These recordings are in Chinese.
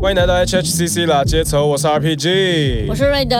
欢迎来到 HHCC 啦街头，我是 RPG，我是瑞德，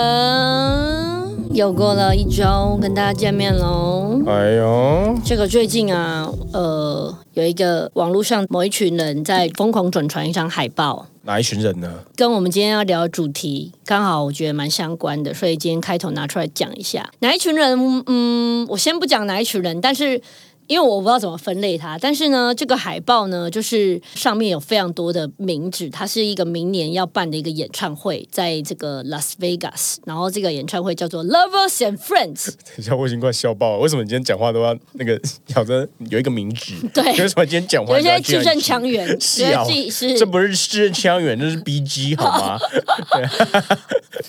又过了一周跟大家见面喽。哎呦，这个最近啊，呃，有一个网络上某一群人在疯狂转传一张海报，哪一群人呢？ 跟我们今天要聊的主题刚好，我觉得蛮相关的，所以今天开头拿出来讲一下哪一群人。嗯，我先不讲哪一群人，但是因为我不知道怎么分类它，但是呢，这个海报呢，就是上面有非常多的名字，它是一个明年要办的一个演唱会，在这个 Las Vegas，然后这个演唱会叫做 Lovers and Friends，等一下，我已经快笑爆了。为什么你今天讲话都要那个咬着有一个名指？ 对为什么今天讲话有一都要些这样字正腔圆，有是些啊字是这不是字正腔圆，这是 BG 好 吗？对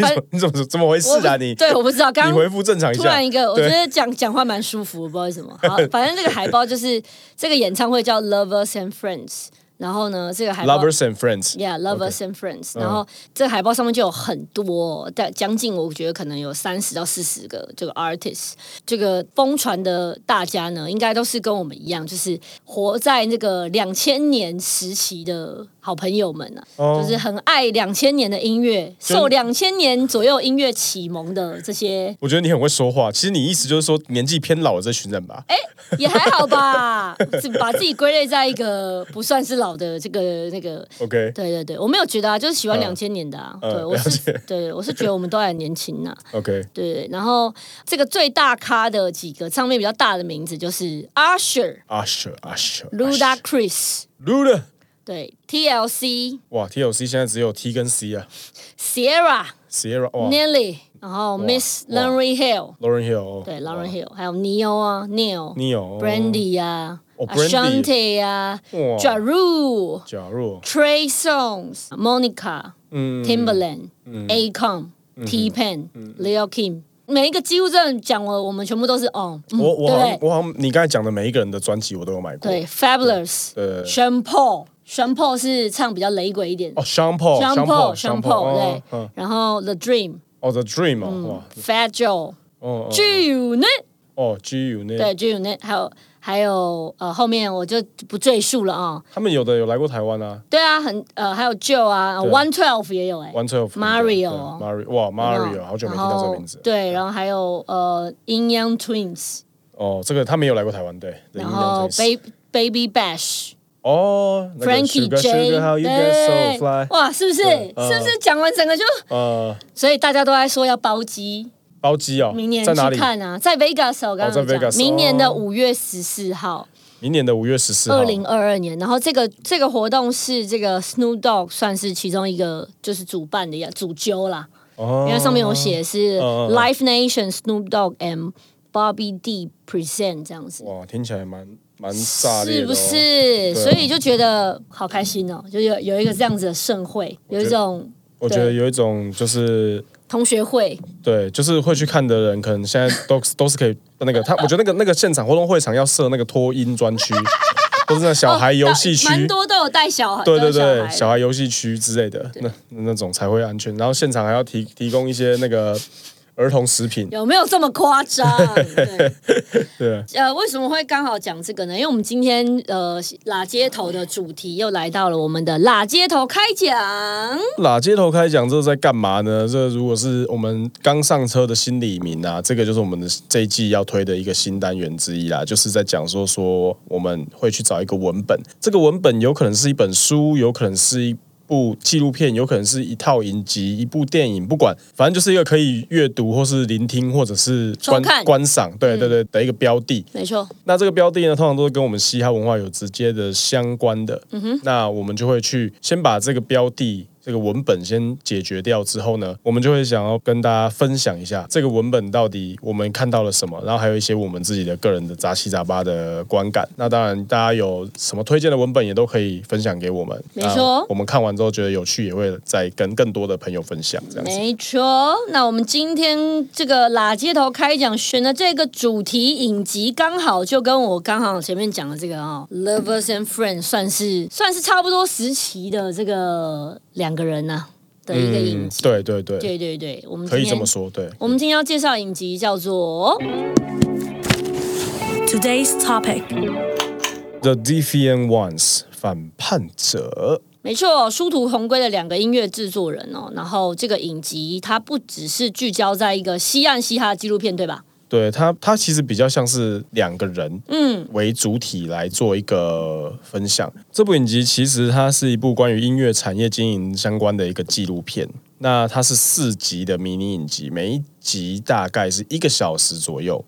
啊 你怎么你怎么怎么回事啊我你？对，我不知道，刚你刚回复正常一下。突然一个，我对觉得讲讲话蛮舒服，不知道为什么。 好，反正这个海报就是这个演唱会叫 Lovers and Friends，然后呢，这个海报 Lovers 嗯 and Friends， Yeah, lovers and friends、然后这个海报上面就有很多，但将近我觉得可能有三十到四十个这个 artist。这个疯传的大家呢，应该都是跟我们一样，就是活在那个两千年时期的好朋友们啊，哦就是很爱两千年的音乐，是受两千年左右音乐启蒙的这些。我觉得你很会说话。其实你意思就是说年纪偏老的这群人吧？哎，也还好吧，只把自己归类在一个不算是老的这个那个 OK 对对对，我没有觉得啊，就是喜欢两千年的啊。嗯对，我了是解对，我是觉得我们都还年轻呐、 OK，对对，然后这个最大咖的几个上面比较大的名字就是 Usher、阿舍阿舍 Luda、Chris， Luda，对，TLC、哇，TLC 现在只有 T 跟 C 啊 Sierra、 ，Sierra 哇 Nelly，然后 Miss 哇 Lauren Hill， ，Lauren Hill 哦对，Lauren Hill，还有 Neil 啊，Neil、 Neil Brandy 啊、哦 a s h a Brandy n t e 啊、哇 j a r u 假若 Trey Songz、Monica、嗯 Timbaland、Acon、T Pain、Lil Kim，每一个几乎真的讲了，我们全部都是哦，嗯我我对好不像对我好像你刚才讲的每一个人的专辑我都有买过。对 Fabulous、对 Sean Paul、Sean Paul 是唱比较雷鬼一点哦，Sean Paul ，Sean Sean Paul、Paul，Sean Paul 哦对嗯嗯，然后 The Dream、哦，The Dream 哦，哇， Fat Joe、哦哦 G Unit，哦，G Unit，对 G Unit，还有还有呃后面我就不赘述了啊。他们有的有来过台湾啊对啊，很呃还有 Joe 啊对，One Twelve 也有哎，One Twelve Mario Mario，哇，Mario，好久没听到这个名字然后。对，然后还有呃阴阳 Twins，哦，这个他们有来过台湾，对。The 然 Union 后 Twins Baby Baby Bash、哦那个 Frankie Sugar J， Sugar，How you get so 对 fly，哇，是不是？对是嗯不是讲完整个就？呃，所以大家都在说要包机，包机哦，明年在哪去里？看啊，在 Vegas 哦我刚哦在刚有 Vegas，讲，明年的哦啊五月十四号，明年的五月十四号二。零二二年。然后这个这个活动是这个 Snoop Dogg 算是其中一个就是主办的呀，主揪啦。哦因为上面有写是嗯嗯嗯 Live Nation、Snoop Dogg and Bobby D present 这样子，哇，听起来蛮蛮炸裂是的、哦，不是？对啊所以就觉得好开心哦，就有有一个这样子的盛会，有一种我觉得对有一种就是同学会，对，就是会去看的人，可能现在 都都是可以那个他，我觉得那个那个现场活动会场要设那个脱音专 区，或是那小孩游戏区。哦蛮多都有带小孩，对对都有对，小小孩。孩游戏区之类的，那那种才会安全。然后现场还要提提供一些那个儿童食品，有没有这么夸张？对， 对，呃，为什么会刚好讲这个呢？因为我们今天呃，拉街头的主题又来到了我们的拉街头开讲。哪街头开讲这是在干嘛呢？这如果是我们刚上车的新李明啊，这个就是我们的这一季要推的一个新单元之一啦，就是在讲说说我们会去找一个文本，这个文本有可能是一本书，有可能是一。部纪录片有可能是一套影集、一部电影，不管，反正就是一个可以阅读或是聆听或者是观收看嗯观赏，对对对的一个标的。没错，那这个标的呢，通常都是跟我们嘻哈文化有直接的相关的。嗯哼，那我们就会去先把这个标的。这个文本先解决掉之后呢，我们就会想要跟大家分享一下这个文本到底我们看到了什么，然后还有一些我们自己的个人的杂七杂八的观感。那当然，大家有什么推荐的文本也都可以分享给我们。没错那我们看完之后觉得有趣，也会再跟更多的朋友分享。这样子，没错，那我们今天这个拉街头开讲选的这个主题影集，刚好就跟我刚好前面讲的这个啊、哦、，Lovers and Friends 算是算是差不多时期的这个两个人呐、的一个影集。对对对，对对对，我们嗯可以今这天么说，对。我们今天要介绍影集叫做 Today's topic The Defiant Ones 反叛者。没错，殊途同归的两个音乐制作人哦。然后这个影集它不只是聚焦在一个西岸嘻哈纪录片，对吧？对他，他其实比较像是两个人嗯为主体来做一个分享。这部影集其实它是一部关于音乐产业经营相关的一个纪录片。那它是四集的迷你影集，每一集大概是一个小时左右。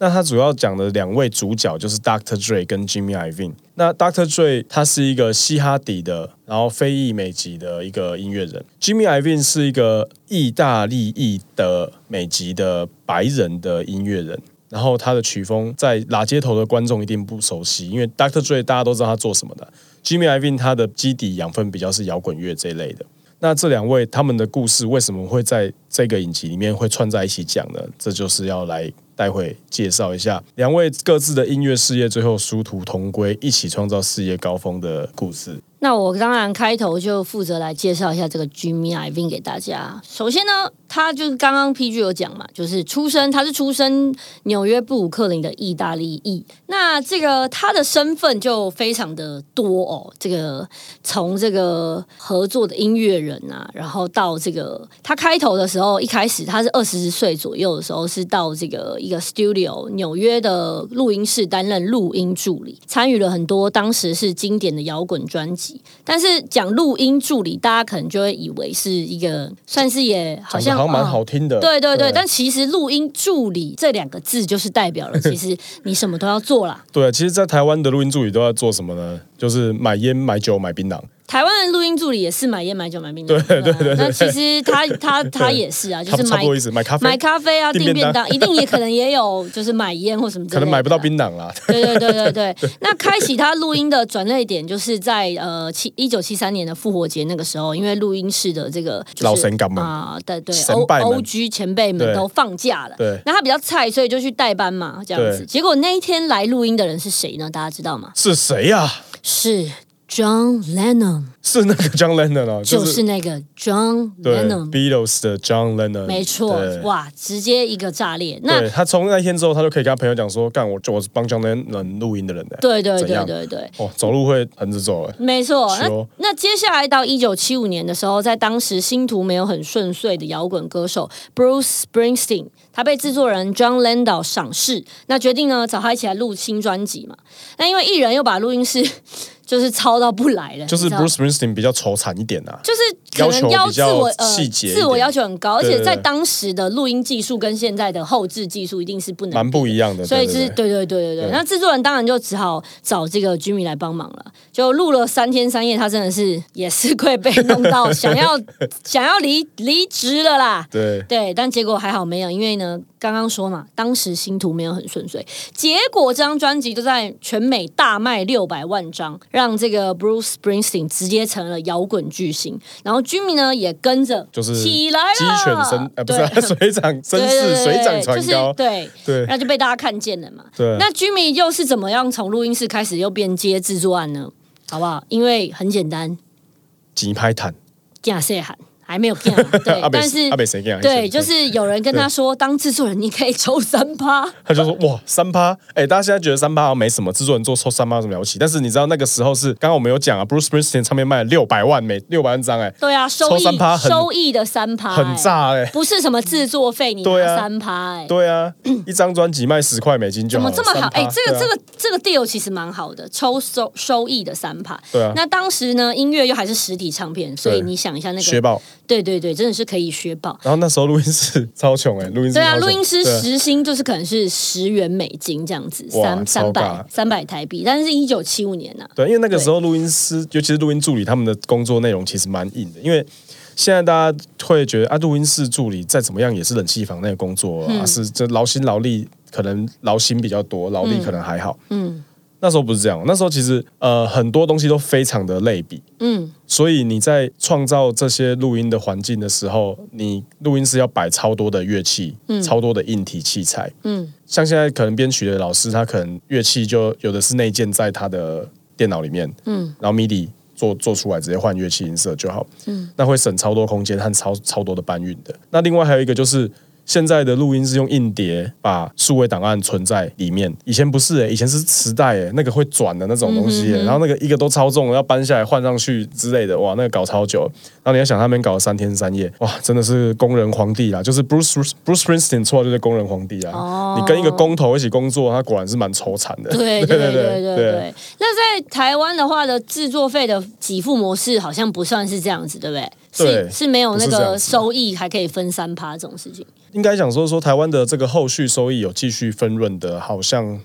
那它主要讲的两位主角就是 Dr. Dre 跟 Jimmy Iovine。那 Dr. Dre 他是一个嘻哈底的，然后非裔美籍的一个音乐人。Jimmy Iovine 是一个意大利裔的美籍的白人的音乐人。然后他的曲风在拉街头的观众一定不熟悉，因为 Dr. Dre 大家都知道他做什么的。Jimmy Iovine 他的基底养分比较是摇滚乐这一类的。那这两位他们的故事为什么会在这个影集里面会串在一起讲呢？这就是要来待会介绍一下两位各自的音乐事业最后殊途同归，一起创造事业高峰的故事。那我当然开头就负责来介绍一下这个 Jimmy Iovine 给大家。首先呢，他就是刚刚 PG 有讲嘛，就是出生，他是出生纽约布鲁克林的意大利裔。那这个他的身份就非常的多哦，这个从这个合作的音乐人啊，然后到这个他开头的时候，一开始他是二十岁左右的时候，是到这个一个 studio 纽约的录音室担任录音助理，参与了很多当时是经典的摇滚专辑。但是讲录音助理，大家可能就会以为是一个算是也好讲得像好像蛮嗯好听的，对对对，但其实录音助理这两个字就是代表 了，其实你什么都要做啦。对，啊其实，在台湾的录音助理都要做什么呢？就是买烟、买酒、买槟榔。台湾的录音助理也是买烟买酒买槟榔，对对对那其实他 他他也是啊，就差是不差买不多意思，买咖啡，买咖啡啊，订订便便当当，一定也可能也有就是买烟或什么之类可的，能买不到槟榔啦。 对对对对对。那开启他录音的转捩点，就是在呃七一九七三年的复活节那个时候，因为录音室的这个、就是、老神干们啊，对对神，O 拜们 O G 前辈们对都放假了。对那他比较菜，所以就去代班嘛，这样子。对结果那一天来录音的人是谁呢？大家知道吗？是谁呀、是 John Lennon，是那个 John Lennon 啊，、就是是那个 John 对 Lennon。 Beatles 的 John Lennon，没错对，哇，直接一个炸裂。那对他从那一天之后，他就可以跟他朋友讲说：“干，我就我是帮 John Lennon 录音的人的。”对对怎对样对对，哦，走路会横着走了。欸没错，那球那接下来到一九七五年的时候，在当时星途没有很顺遂的摇滚歌手 Bruce Springsteen，他被制作人 John Landau 赏识，那决定呢找他一起来录新专辑嘛。那因为艺人又把录音室 就是操到不来了，就是你知道吗 Bruce Springsteen 比较愁惨一点啊，就是可能要求要比自较我呃细节一自我点要求很高，而对且对在对当时的录音技术跟现在的后置技术一定是不能蛮不一样的。所以对是对对对对对对对，那制作人当然就只好找这个居民来帮忙了，就录了三天三夜，他真的是也是 会被弄到想要想要离离职了啦。对对，但结果还好没有，因为呢，刚刚说嘛，当时星途没有很顺遂，结果这张专辑就在全美大卖六百万张，让这个 Bruce Springsteen 直接成了摇滚巨星，然后居民呢也跟着就是起来了，鸡犬升呃不是啊 对水涨对升对势，对水涨对船就是高。对。对那就被大家看见了嘛。对那 Jimmy 又是怎么样从录音室开始又变接制作案呢？好不好？因为很简单，急拍弹，干谁喊还没有 干啊，对阿，北但是阿北谁讲？对，就是有人跟他说，当制作人你可以抽三 趴，他就说哇三趴，哎、大家现在觉得三趴好像没什么，制作人做错三趴有什么了不起？但是你知道那个时候是刚刚我们有讲啊，Bruce Springsteen 唱片卖了六百万每六百万张、哎、对啊，收抽益3%很收益的三趴，很炸哎、不是什么制作费，你对拿啊三趴，哎，对啊，一张专辑卖十块美金就怎好么了。这么好？ 3%哎、这对个、啊这个这个 deal 其实蛮好的，抽收收益的三趴。对啊那当时呢，音乐又还是实体唱片，所以对你想一下那学个，宝。对对对，真的是可以学爆。然后那时候录音室超穷哎、录音室对啊，超穷录音师对啊时薪就是可能是十元美金这样子，哇三三超百尬三百台币，但是一九七五年啊 呐、对，因为那个时候录音师，尤其是录音助理，他们的工作内容其实蛮硬的。因为现在大家会觉得啊，录音室助理再怎么样也是冷气房那个工作嗯啊，是这劳心劳力，可能劳心比较多，劳力可能还好。嗯，那时候不是这样，那时候其实呃很多东西都非常的类比。嗯，所以你在创造这些录音的环境的时候，你录音室要摆超多的乐器，超多的硬体器材，嗯，像现在可能编曲的老师，他可能乐器就有的是内建在他的电脑里面，嗯，然后 MIDI 做做出来直接换乐器音色就好，嗯，那会省超多空间和超超多的搬运的。那另外还有一个就是。现在的录音是用硬碟把数位档案存在里面，以前不是、欸，以前是磁带、欸，那个会转的那种东嗯西、欸，然后那个一个都超重，要搬下来换上去之类的，哇，那个搞超久。然后你要想他们搞了三天三夜，哇，真的是工人皇帝啊啦，就是 Bruce Bruce Springsteen 错就是工人皇帝啦。哦你跟一个工头一起工作，他果然是蛮愁惨的。对对对对对对对。那在台湾的话的制作费的给付模式好像不算是这样子，对不对？对是是没有不那是这个样子收益还可以分三趴这种事情。应该讲说说台湾的这个后续收益有继续分润的，好像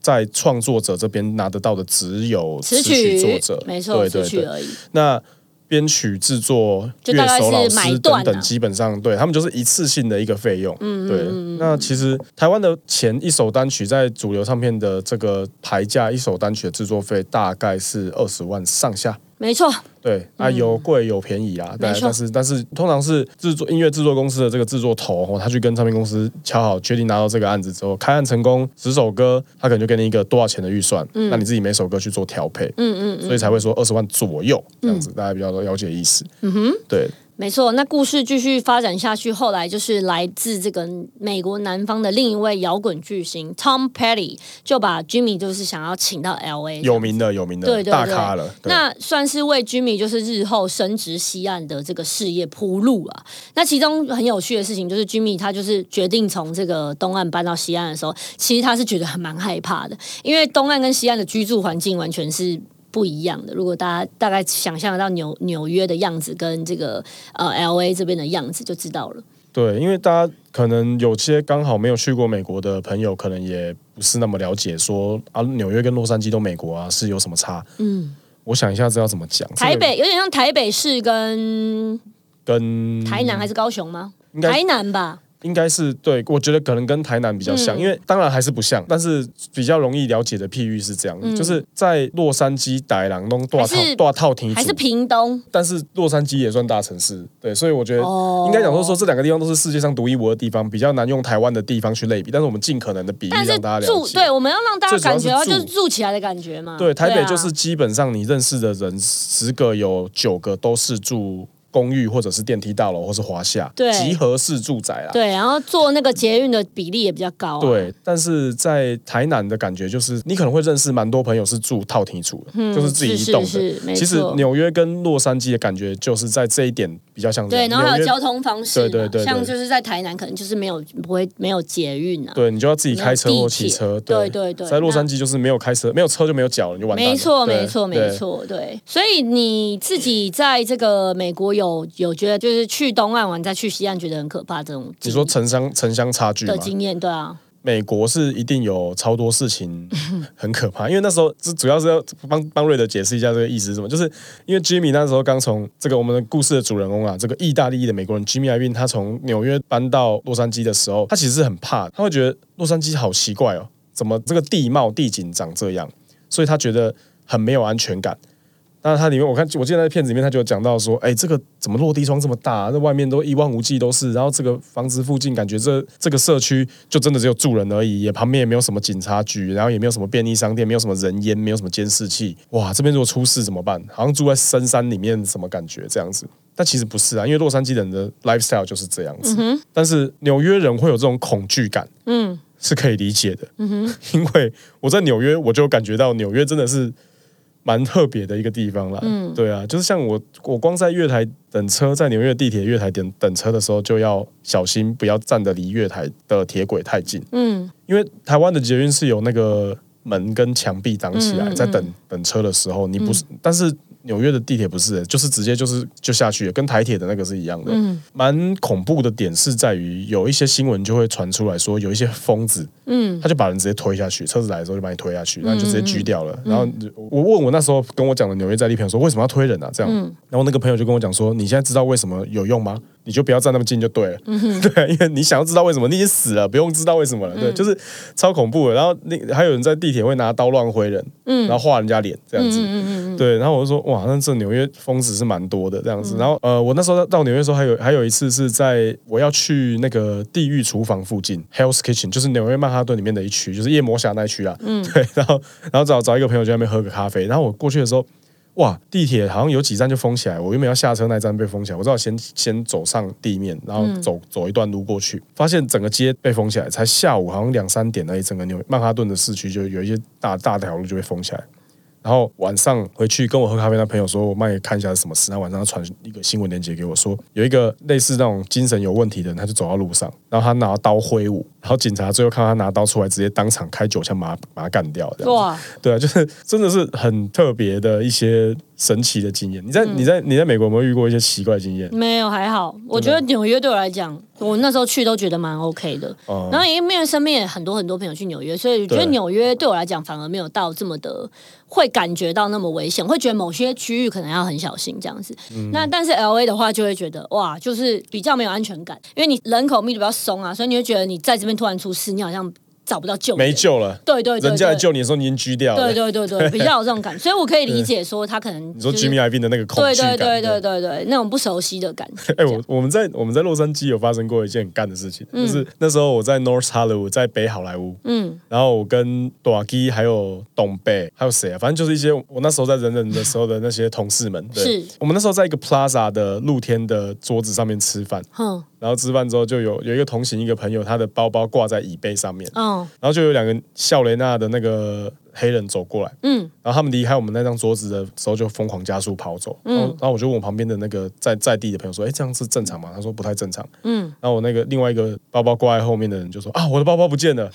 在创作者这边拿得到的只有词曲作者，没错，对词对曲对。而已。那编曲、制作、就乐大概手、是老买师断等啊等，基本上对他们就是一次性的一个费用。嗯对，那其实台湾的前一首单曲在主流唱片的这个牌价，一首单曲的制作费大概是二十万上下。没错，对啊，有贵有便宜啊，但嗯没错但是但是通常是制作音乐制作公司的这个制作头，哦他去跟唱片公司敲好，决定拿到这个案子之后，开案成功十首歌，他可能就给你一个多少钱的预算，那你自己每首歌去做调配，嗯嗯，所以才会说二十万左右这样子，大家比较了解意思。嗯哼，对，没错。那故事继续发展下去，后来就是来自这个美国南方的另一位摇滚巨星 Tom Petty 就把 Jimmy 就是想要请到 L A 有名的有名的对对对大咖了，对那算是为 Jimmy 就是日后升职西岸的这个事业铺路啊。那其中很有趣的事情就是，Jimmy 他就是决定从这个东岸搬到西岸的时候，其实他是觉得很蛮害怕的，因为东岸跟西岸的居住环境完全是。不一样的，如果大家大概想象得到纽纽约的样子跟这个呃 L A 这边的样子就知道了。对，因为大家可能有些刚好没有去过美国的朋友，可能也不是那么了解说啊，纽约跟洛杉矶都美国啊，是有什么差？嗯，我想一下这要怎么讲。这个台北有点像台北市跟跟台南还是高雄吗？嗯应该台南吧，应该是对，我觉得可能跟台南比较像，嗯因为当然还是不像，但是比较容易了解的譬喻是这样，就是在洛杉矶、台南东大套嗯还是大套亭还是组，屏东？但是洛杉矶也算大城市，对，所以我觉得哦应该讲说说这两个地方都是世界上独一无二的地方，比较难用台湾的地方去类比，但是我们尽可能的比喻但是让大家了住解。对，我们要让大家最主要感是觉到就是住住起来的感觉嘛。对，台北啊就是基本上你认识的人，十个有九个都是住公寓或者是电梯大楼或是华夏，对集合式住宅啦。对，然后做那个捷运的比例也比较高、啊。，对，但是在台南的感觉就是，你可能会认识蛮多朋友是住套厅处的，就是自己一栋的。嗯是是是没其实错纽约跟洛杉矶的感觉就是在这一点比较像这对，样。然后纽还有约交通方式嘛，对对对对像就是在台南可能就是没有不会没有捷运啊。对你就要自己开车没有或地铁骑车。对对对对在洛杉矶就是没有开车，没有车就没有脚了，你就完蛋了。没错，对没错，没。错，对。所以你自己在这个美国有有觉得，就是去东岸玩，再去西岸，觉得很可怕这种对你说城乡城乡差距嘛的，经验，对啊，美国是一定有超多事情很可怕，因为那时候这主要是要帮帮瑞德解释一下这个意思是什么，就是因为 Jimmy 那时候刚从这个我们的故事的主人公啊，这个意大利裔的美国人 Jimmy Iovine，他从纽约搬到洛杉矶的时候，他其实是很怕，他会觉得洛杉矶好奇怪哦，怎么这个地貌地景长这样，所以他觉得很没有安全感。那他里面，我看我记得那片子里面，他就有讲到说，哎、这个怎么落地窗这么大、那外面都一望无际都是，然后这个房子附近感觉这这个社区就真的只有住人而已，也旁边也没有什么警察局，然后也没有什么便利商店，没有什么人烟，没有什么监视器。哇，这边如果出事怎么办？好像住在深山里面什么感觉这样子？但其实不是啊，因为洛杉矶人的 lifestyle 就是这样子。但是纽约人会有这种恐惧感，嗯，是可以理解的。因为我在纽约，我就感觉到纽约真的是蛮特别的一个地方啦。嗯，对啊，就是像我，我光在月台等车，在纽约地铁月台等等车的时候，就要小心不要站得离月台的铁轨太近。嗯，因为台湾的捷运是有那个门跟墙壁挡起来，在等等车的时候，你不是，但是。纽约的地铁不是、欸就是直接就是就下去了，跟台铁的那个是一样的。蛮恐怖的点是在于，有一些新闻就会传出来说，有一些疯子，嗯，他就把人直接推下去，车子来的时候就把你推下去，然后你就直接狙掉了。然后我问我那时候跟我讲的纽约在地朋友说，为什么要推人啊？这样，然后那个朋友就跟我讲说，你现在知道为什么有用吗？你就不要站那么近就对了，对，因为你想要知道为什么，你已经死了，不用知道为什么了，对，就是超恐怖的。然后那还有人在地铁会拿刀乱挥人，然后画人家脸这样子，对，然后我就说哇，那这纽约疯子是蛮多的这样子。然后呃，我那时候到纽约的时候，还有还有一次是在我要去那个地狱厨房附近 （Hell's Kitchen），就是纽约曼哈顿里面的一区，就是夜魔侠那一区啊。嗯，对，然后然后找找一个朋友去那边喝个咖啡，然后我过去的时候。哇，地铁好像有几站就封起来，我原本要下车那一站被封起来，我只好先先走上地面，然后走、走一段路过去，发现整个街被封起来，才下午好像两三点而已，整个纽曼哈顿的市区就有一些大大条路就被封起来。然后晚上回去跟我喝咖啡那朋友说，我帮你看一下是什么事。然后晚上他传一个新闻链接给我说，有一个类似那种精神有问题的人，他就走到路上，然后他拿刀挥舞，然后警察最后看到他拿刀出来，直接当场开九枪把他把他干掉。这样子哇，对啊，就是真的是很特别的一些神奇的经验。你在、嗯你在你在美国有没有遇过一些奇怪的经验？没有还好，我觉得纽约对我来讲，我那时候去都觉得蛮 OK 的。哦然后因为身边也很多很多朋友去纽约，所以我觉得对纽约对我来讲反而没有到这么的会感觉到那么危险，会觉得某些区域可能要很小心这样子。嗯那但是 L A 的话就会觉得哇，就是比较没有安全感，因为你人口密度比较松啊，所以你会觉得你在这边突然出事，你好像找不到救援没。救了，对对对对，人家来救你的时候你已经狙掉了。对对对 对，比较有这种感觉，所以我可以理解说他可能你说就是 Jimmy Iovine 的那个恐对惧感，对对对对对，那种不熟悉的感觉。 哎、我我们在我们在洛杉矶有发生过一件很干的事情，就是那时候我在 North Hollywood，在北好莱坞，嗯，然后我跟朵基还有董贝还有谁啊，反正就是一些我那时候在人人的时候的那些同事们，对是，我们那时候在一个 Plaza 的露天的桌子上面吃饭，哼，然后吃饭之后就有有一个同行一个朋友，他的包包挂在椅背上面，嗯然后就有两个笑雷娜的那个黑人走过来，嗯，然后他们离开我们那张桌子的时候，就疯狂加速跑走。嗯然后，然后我就问我旁边的那个在在地的朋友说：“哎，这样是正常吗？”他说：“不太正常。”嗯嗯，然后我那个另外一个包包挂在后面的人就说：“啊，我的包包不见了。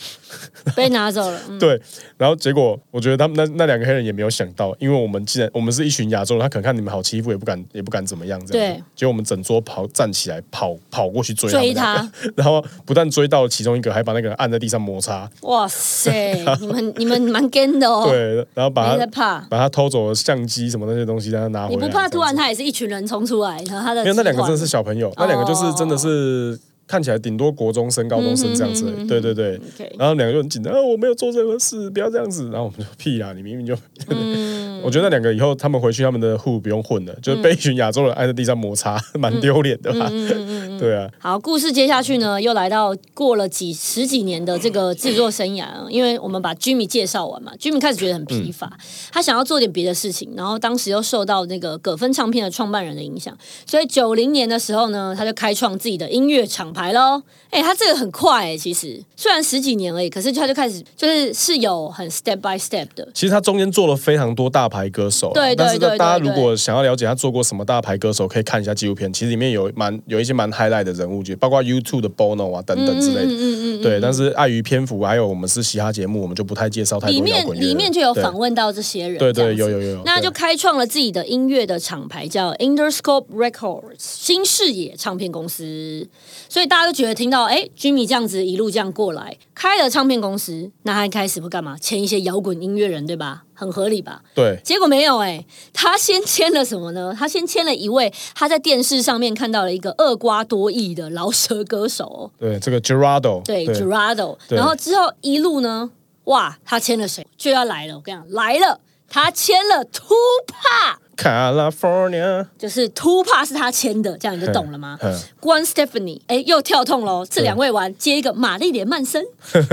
被拿走了。 嗯对，然后结果我觉得他们那那两个黑人也没有想到，因为我们既然我们是一群亚洲人，他可能看你们好欺负，也不敢也不敢怎么样这样子。对结果我们整桌跑站起来跑跑过去追他们追两个他，然后不但追到了其中一个，还把那个人按在地上摩擦。 哇塞，你们 你们蛮 g 的哦，对，然后把没他在怕。把他偷走的相机什么那些东西，让他拿回你来。不怕突这样然子他也是一群人冲出来，然后他的没有那两个计划真的是小朋友，那两个就是真的是看起来顶多国中生、高中生这样子而已嗯哼嗯哼对对对。 OK，然后两个就很紧张，啊，我没有做任何事，不要这样子。然后我们就屁啦，你明明就，嗯，我觉得那两个以后他们回去他们的户不用混了，就是被一群亚洲人按在地上摩擦，蛮丢脸的吧？嗯 对啊，好，故事接下去呢，又来到过了几十几年的这个制作生涯，啊因为我们把 Jimmy 介绍完嘛，Jimmy 开始觉得很疲乏，嗯他想要做点别的事情，然后当时又受到那个葛芬唱片的创办人的影响，所以九零年的时候呢，他就开创自己的音乐厂牌喽。哎、他这个很快哎、其实虽然十几年而已，可是他就开始就是是有很 step by step 的，其实他中间做了非常多大牌歌手啊，对对但是对呢，大家对如对果想要了解他做过什么大牌歌手，可以看一下纪录片，其实里面有蛮有一些蛮 highlight 的人物，就包括 YouTube 的 Bono 啊等等之类的。嗯嗯嗯嗯，对，但是碍于篇幅，还有我们是嘻哈节目，我们就不太介绍太多里摇面滚乐了。里面就有对访问到这些人，对这样对，子有有有有。那哦对就开创了自己的音乐的厂牌，叫 Interscope Records 新视野唱片公司。所以大家都觉得听到，哎，Jimmy 这样子一路这样过来，开了唱片公司，那他一开始会干嘛？签一些摇滚音乐人，对吧？很合理吧？对结果没有哎、他先签了什么呢？他先签了一位他在电视上面看到了一个厄瓜多裔的饶舌歌手哦、对这个 Gerardo，对 g e r a d o 对然后之后一路呢，哇，他签了谁就要来了，我跟你讲，来了，他签了 t u p a California，就是 t u p a 是他签的，这样你就懂了吗嗯嗯？Gwen Stephanie，哎，又跳痛喽，这两位玩接一个玛丽莲曼森，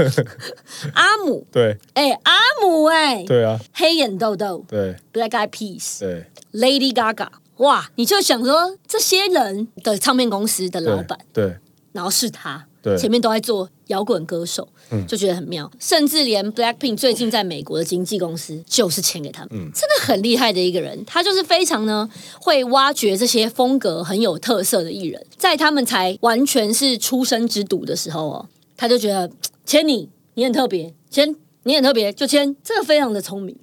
阿姆，对哎，阿姆哎，对啊，黑眼豆豆对，Black Eyed Peas，对 Lady Gaga。哇！你就想说这些人的唱片公司的对老板，对然后是他，对前面都在做摇滚歌手，就觉得很妙，甚至连 Blackpink 最近在美国的经纪公司就是签给他们，真的很厉害的一个人，他就是非常呢会挖掘这些风格很有特色的艺人，在他们才完全是出生之犊的时候哦，他就觉得嘖签你，你很特别，签。你很特别，就签，这个非常的聪明。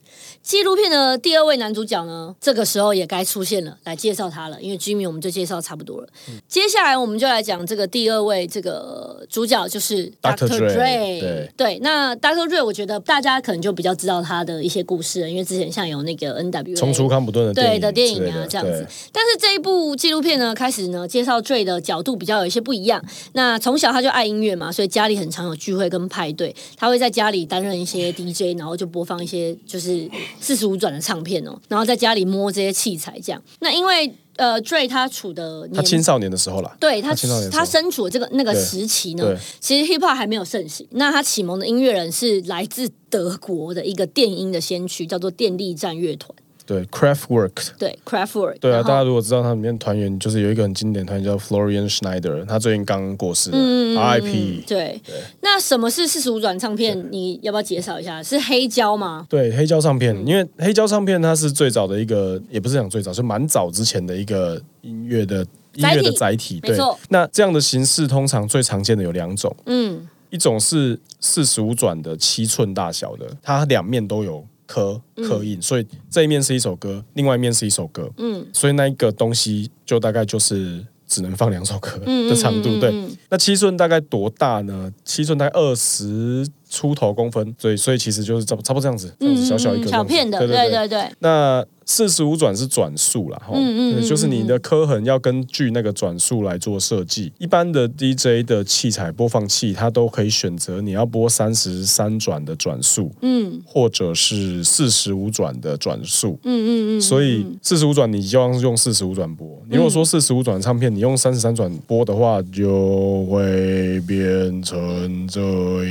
纪录片的第二位男主角呢，这个时候也该出现了，来介绍他了。因为 Jimmy 我们就介绍差不多了，接下来我们就来讲这个第二位这个呃主角，就是 Dr. Dre， Dre 对。对，那 Dr. Dre 我觉得大家可能就比较知道他的一些故事了，因为之前像有那个 NWA 冲出康普顿的对的的电影啊这样子。但是这一部纪录片呢，开始呢介绍 Dre 的角度比较有一些不一样。那从小他就爱音乐嘛，所以家里很常有聚会跟派对，他会在家里担任 一些 DJ，然后就播放一些就是四十五转的唱片哦，然后在家里摸这些器材这样。那因为呃 Dre 他处的他年青少年的时候啦，对他他青少年的时他候身处的这个那个对时期呢对，其实 hip hop 还没有盛行。那他启蒙的音乐人是来自德国的一个电音的先驱，叫做电力战乐团。对 Craftwork，对 Craftwork，对啊，然后大家如果知道它里面团员就是有一个很经典团员叫 Florian Schneider，他最近刚过世嗯了、r i p 对，那什么是四十五转唱片？你要不要介绍一下？是黑胶吗？对黑胶唱片，嗯因为黑胶唱片它是最早的一个，也不是讲最早，是蛮早之前的一个音乐的音乐的载体。没对错，那这样的形式通常最常见的有两种，嗯，一种是四十五转的七寸大小的，它两面都有刻嗯刻印，所以这一面是一首歌，另外一面是一首歌，嗯，所以那一个东西就大概就是只能放两首歌嗯 的长度，对。那七寸大概多大呢？七寸大概二十出头公分，所以所以其实就是差不差不多这样子，这样子嗯小小一个这嗯小样子片的，对对对对对，那四十五转是转速啦，哈、嗯嗯嗯就是你的刻痕要根据那个转速来做设计。一般的 DJ 的器材播放器，它都可以选择你要播三十三转的转速，嗯或者是四十五转的转速。嗯嗯嗯，嗯所以四十五转你就要用四十五转播，你如果说四十五转唱片，你用三十三转播的话，就会变成这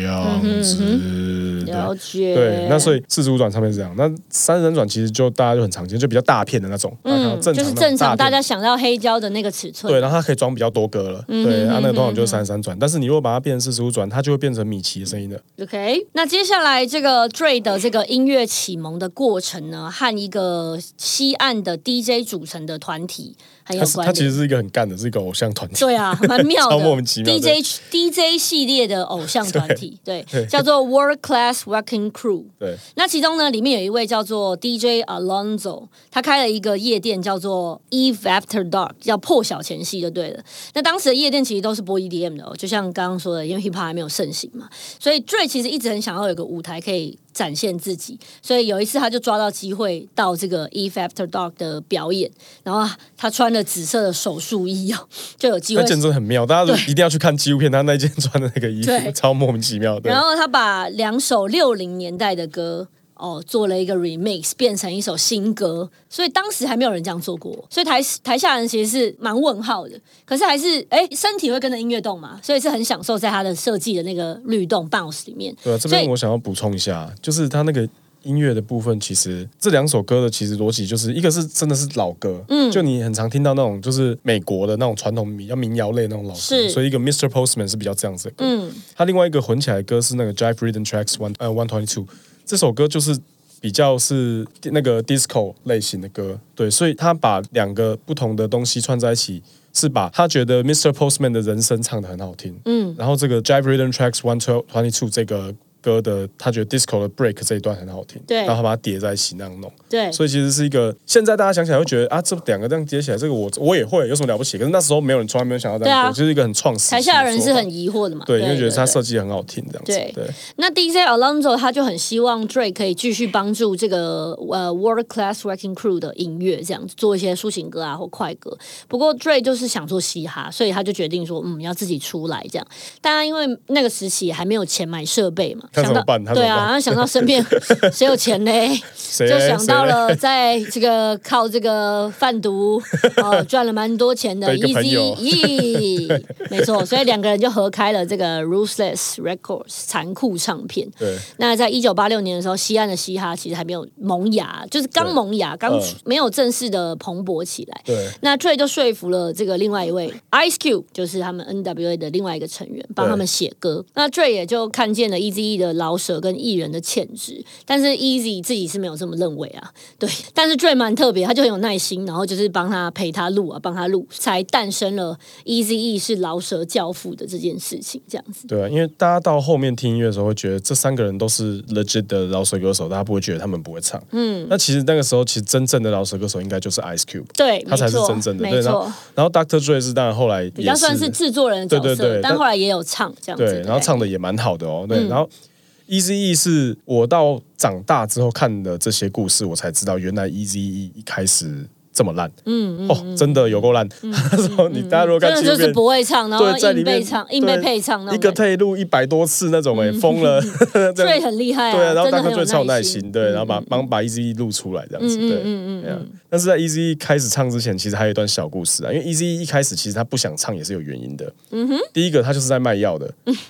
样嗯子。对啊了解。对，那所以四十五转唱片是这样，那三十三转其实就大家就很常见，就比较大片的那种，大家看到嗯，正常就是那种正常片大家想到黑胶的那个尺寸，对，然后它可以装比较多歌了，对，嗯它、哼那个通常就是三十三转，但是你如果把它变成四十五转，它就会变成米奇的声音了。 OK，那接下来这个 Dre 的这个音乐启蒙的过程呢，和一个西岸的 DJ 组成的团体很它有是关它其联。实是一个很干的，是一个偶像团体。对 啊，蛮妙的超莫名其妙的 DJ DJ 系列的偶像团 体，对，叫做 World Class Working Crew。对，那其中呢，里面有一位叫做 DJ Alonso，他开了一个夜店叫做 Eve After Dark，叫破晓前夕就对了。那当时的夜店其实都是播 EDM 的、哦，就像刚刚说的，因为 hip hop 还没有盛行嘛，所以 Dre 其实一直很想要有个舞台可以展现自己，所以有一次他就抓到机会到这个 Eve After Dark 的表演，然后他穿了紫色的手术衣哦，就有机那会件真的很妙，大家一定要去看纪录片，他那件穿的那个衣对服超莫名其妙。对然，后他把两首六零年代的歌。哦，做了一个 remix，变成一首新歌，所以当时还没有人这样做过，所以台台下人其实是蛮问号的。可是还是，哎，身体会跟着音乐动嘛，所以是很享受在他的设计的那个律动 bounce 里面。对啊，这所边以我想要补充一下，就是他那个音乐的部分，其实这两首歌的其实逻辑就是一个是真的是老歌，嗯，就你很常听到那种就是美国的那种传统民要民谣类那种老歌，是所以一个 Mr. Postman 是比较这样子的歌，嗯，他另外一个混起来的歌是那个 Jive Rhythm Tracks One 呃 One Twenty Two 这首歌就是。比较是那个 disco 类型的歌，对，所以他把两个不同的东西串在一起，是把他觉得 Mr. Postman 的人声唱得很好听，嗯，然后这个 Jive Rhythm Tracks One Twenty Two 这个歌的，他觉得 disco 的 break 这一段很好听，对然后他把它叠在一起那样弄，对，所以其实是一个现在大家想起来会觉得啊，这两个这样叠起来，这个我我也会，有什么了不起？可是那时候没有人从来没有想到这样对啊做，就是一个很创始台性的做法，下人是很疑惑的嘛，对，因为觉得对它对设计很好听，这样子。对对，那 DJ Alonso 他就很希望 Dre 可以继续帮助这个呃 World Class Working Crew 的音乐，这样做一些抒情歌啊或快歌。不过 Dre 就是想做嘻哈，所以他就决定说，嗯，要自己出来这样。当然，因为那个时期还没有钱买设备嘛，他想怎么到办他怎对么啊，办然后想到身边 谁有钱嘞，谁就嘞想到谁嘞了 在这个靠这个贩毒呃赚了蛮多钱的的一个 Easy 朋 友 E，没错，所以两个人就合开了这个 Ruthless Records 残酷唱片。对那在一九八六年的时候，西岸的嘻哈其实还没有萌芽，就是刚对萌芽，刚嗯没有正式的蓬勃起来。对那 Dre 就说服了这个另外一位 Ice Cube，就是他们 N.W.A 的另外一个成员，帮他们写歌。那 Dre 也就看见了 Eazy-E 的老舍跟艺人的潜质，但是 Eazy 自己是没有这么认为啊。对，但是 Dre 蛮特别，他就很有耐心，然后就是帮他陪他录啊，帮他录，才诞生了 Eazy-E 是老舍教父的这件事情，这样子。对啊，因为大家到后面听音乐的时候，会觉得这三个人都是 legit 的饶舌歌手，大家不会觉得他们不会唱。嗯，那其实那个时候，其实真正的饶舌歌手应该就是 Ice Cube，对，他才是没错真正的。没对，然错后。然后 Doctor Dre 是当然后来也比较算是制作人的角色，对对对但但后来也有唱这样子。对，然后唱的也蛮好的哦。对，然后 Easy E 是我到长大之后看的这些故事，我才知道原来 Easy E 一开始这么烂，嗯，哦，真的有够烂。 他说你大家如果真看的纪就录是片，不会唱，然后对，在硬里被面唱、硬被对配唱那一种个感觉，退路一百多次那种，哎，疯了，这所以样很厉害对啊，然后真的大哥很就超有耐心。心，对，然后把帮把 Easy 录出来这样子，对，嗯嗯。但是在 Easy 开始唱之前，其实还有一段小故事啊，因为 Easy 一开始其实他不想唱也是有原因的。嗯哼，第一个他就是在卖药 的，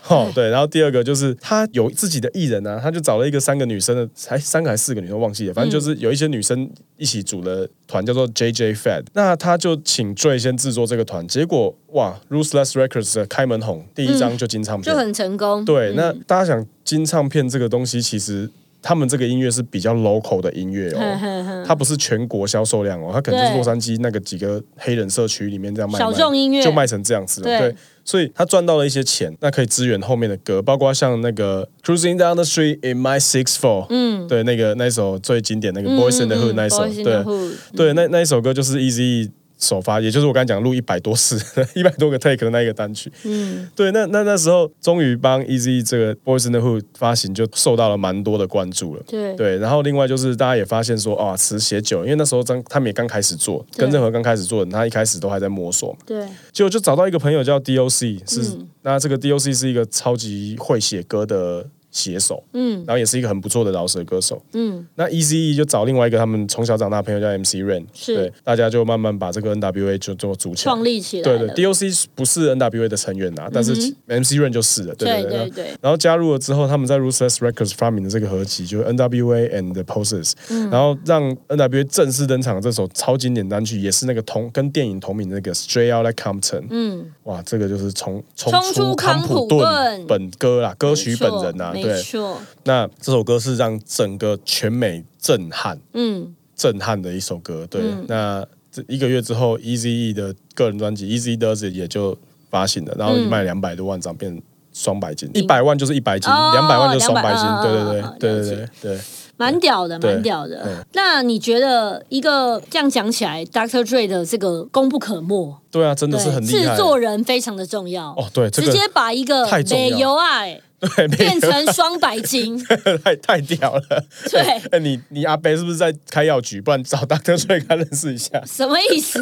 哦对，然后第二个就是他有自己的艺人啊，他就找了一个三个女生的，才三个还是四个女生忘记了，反正就是有一些女生一起组了团叫做 JJ Fed，那他就请最先制作这个团，结果哇，Ruthless Records 的开门红，第一张就金唱片，就很成功。对，那大家想金唱片这个东西，其实他们这个音乐是比较 local 的音乐哼哦，哼哼，它不是全国销售量哦，它可能就是对洛杉矶那个几个黑人社区里面这样卖，小卖众音乐就卖成这样子了。对对，所以他赚到了一些钱，那可以支援后面的歌，包括像那个 Cruising Down the Street in My Six Four，嗯，对，那个那首最经典那嗯个 Boys in the Hood 那一首， Boys in the 对， Hood 对，那那一首歌就是 Easy 首发，也就是我刚才讲录一百多次、 一百多个 take 的那一个单曲。嗯，对，那那那时候终于帮 Easy 这个 Boys in the Hood 发行就受到了蛮多的关注了。对对，然后另外就是大家也发现说啊，词写久了，因为那时候刚他们也刚开始做，对跟任何刚开始做的人，他一开始都还在摸索嘛。对结果就找到一个朋友叫 DOC，是、嗯那这个 DOC 是一个超级会写歌的写手，嗯，然后也是一个很不错的饶舌歌手，嗯，那 EZE 就找另外一个他们从小长大的朋友叫 MC Rain，是对，大家就慢慢把这个 NWA 就做组起来创。立起来对了嗯对，DOC 不是 NWA 的成员啊，但是 MC Rain 就是了，对对对对对然后加入了之后，他们在 Ruthless Records 发明的这个合集，就是 NWA and the Poses，、然嗯后让 NWA 正式登场这首超经典单曲，也是那个同跟电影同名的那个 Straight Outta Compton。嗯，哇，这个就是重重冲出出康康普普顿顿本歌啦，歌曲本人啊，没对。错，那这首歌是让整个全美震撼，嗯，震撼的一首歌。对，那这一个月之后，Eazy-E 的个人专辑《Easy Does It》也就发行了，然嗯后卖两百多万张，变双百金，一百万就是一百金，哦两百万就是双百200金嗯。嗯对对嗯对对对对对。蛮屌的，对蛮屌的。那你觉得一个这样讲起来，Dr. Dre 的这个功不可没，对啊，真的对，是很厉害制。作人非常的重要哦，对，这直个接把一个太重要美油爱 对没变成双百金， 太太屌了。对哎哎你你阿贝是不是在开药局？不然找 Doctor 出来看认识一 下。什么 意思？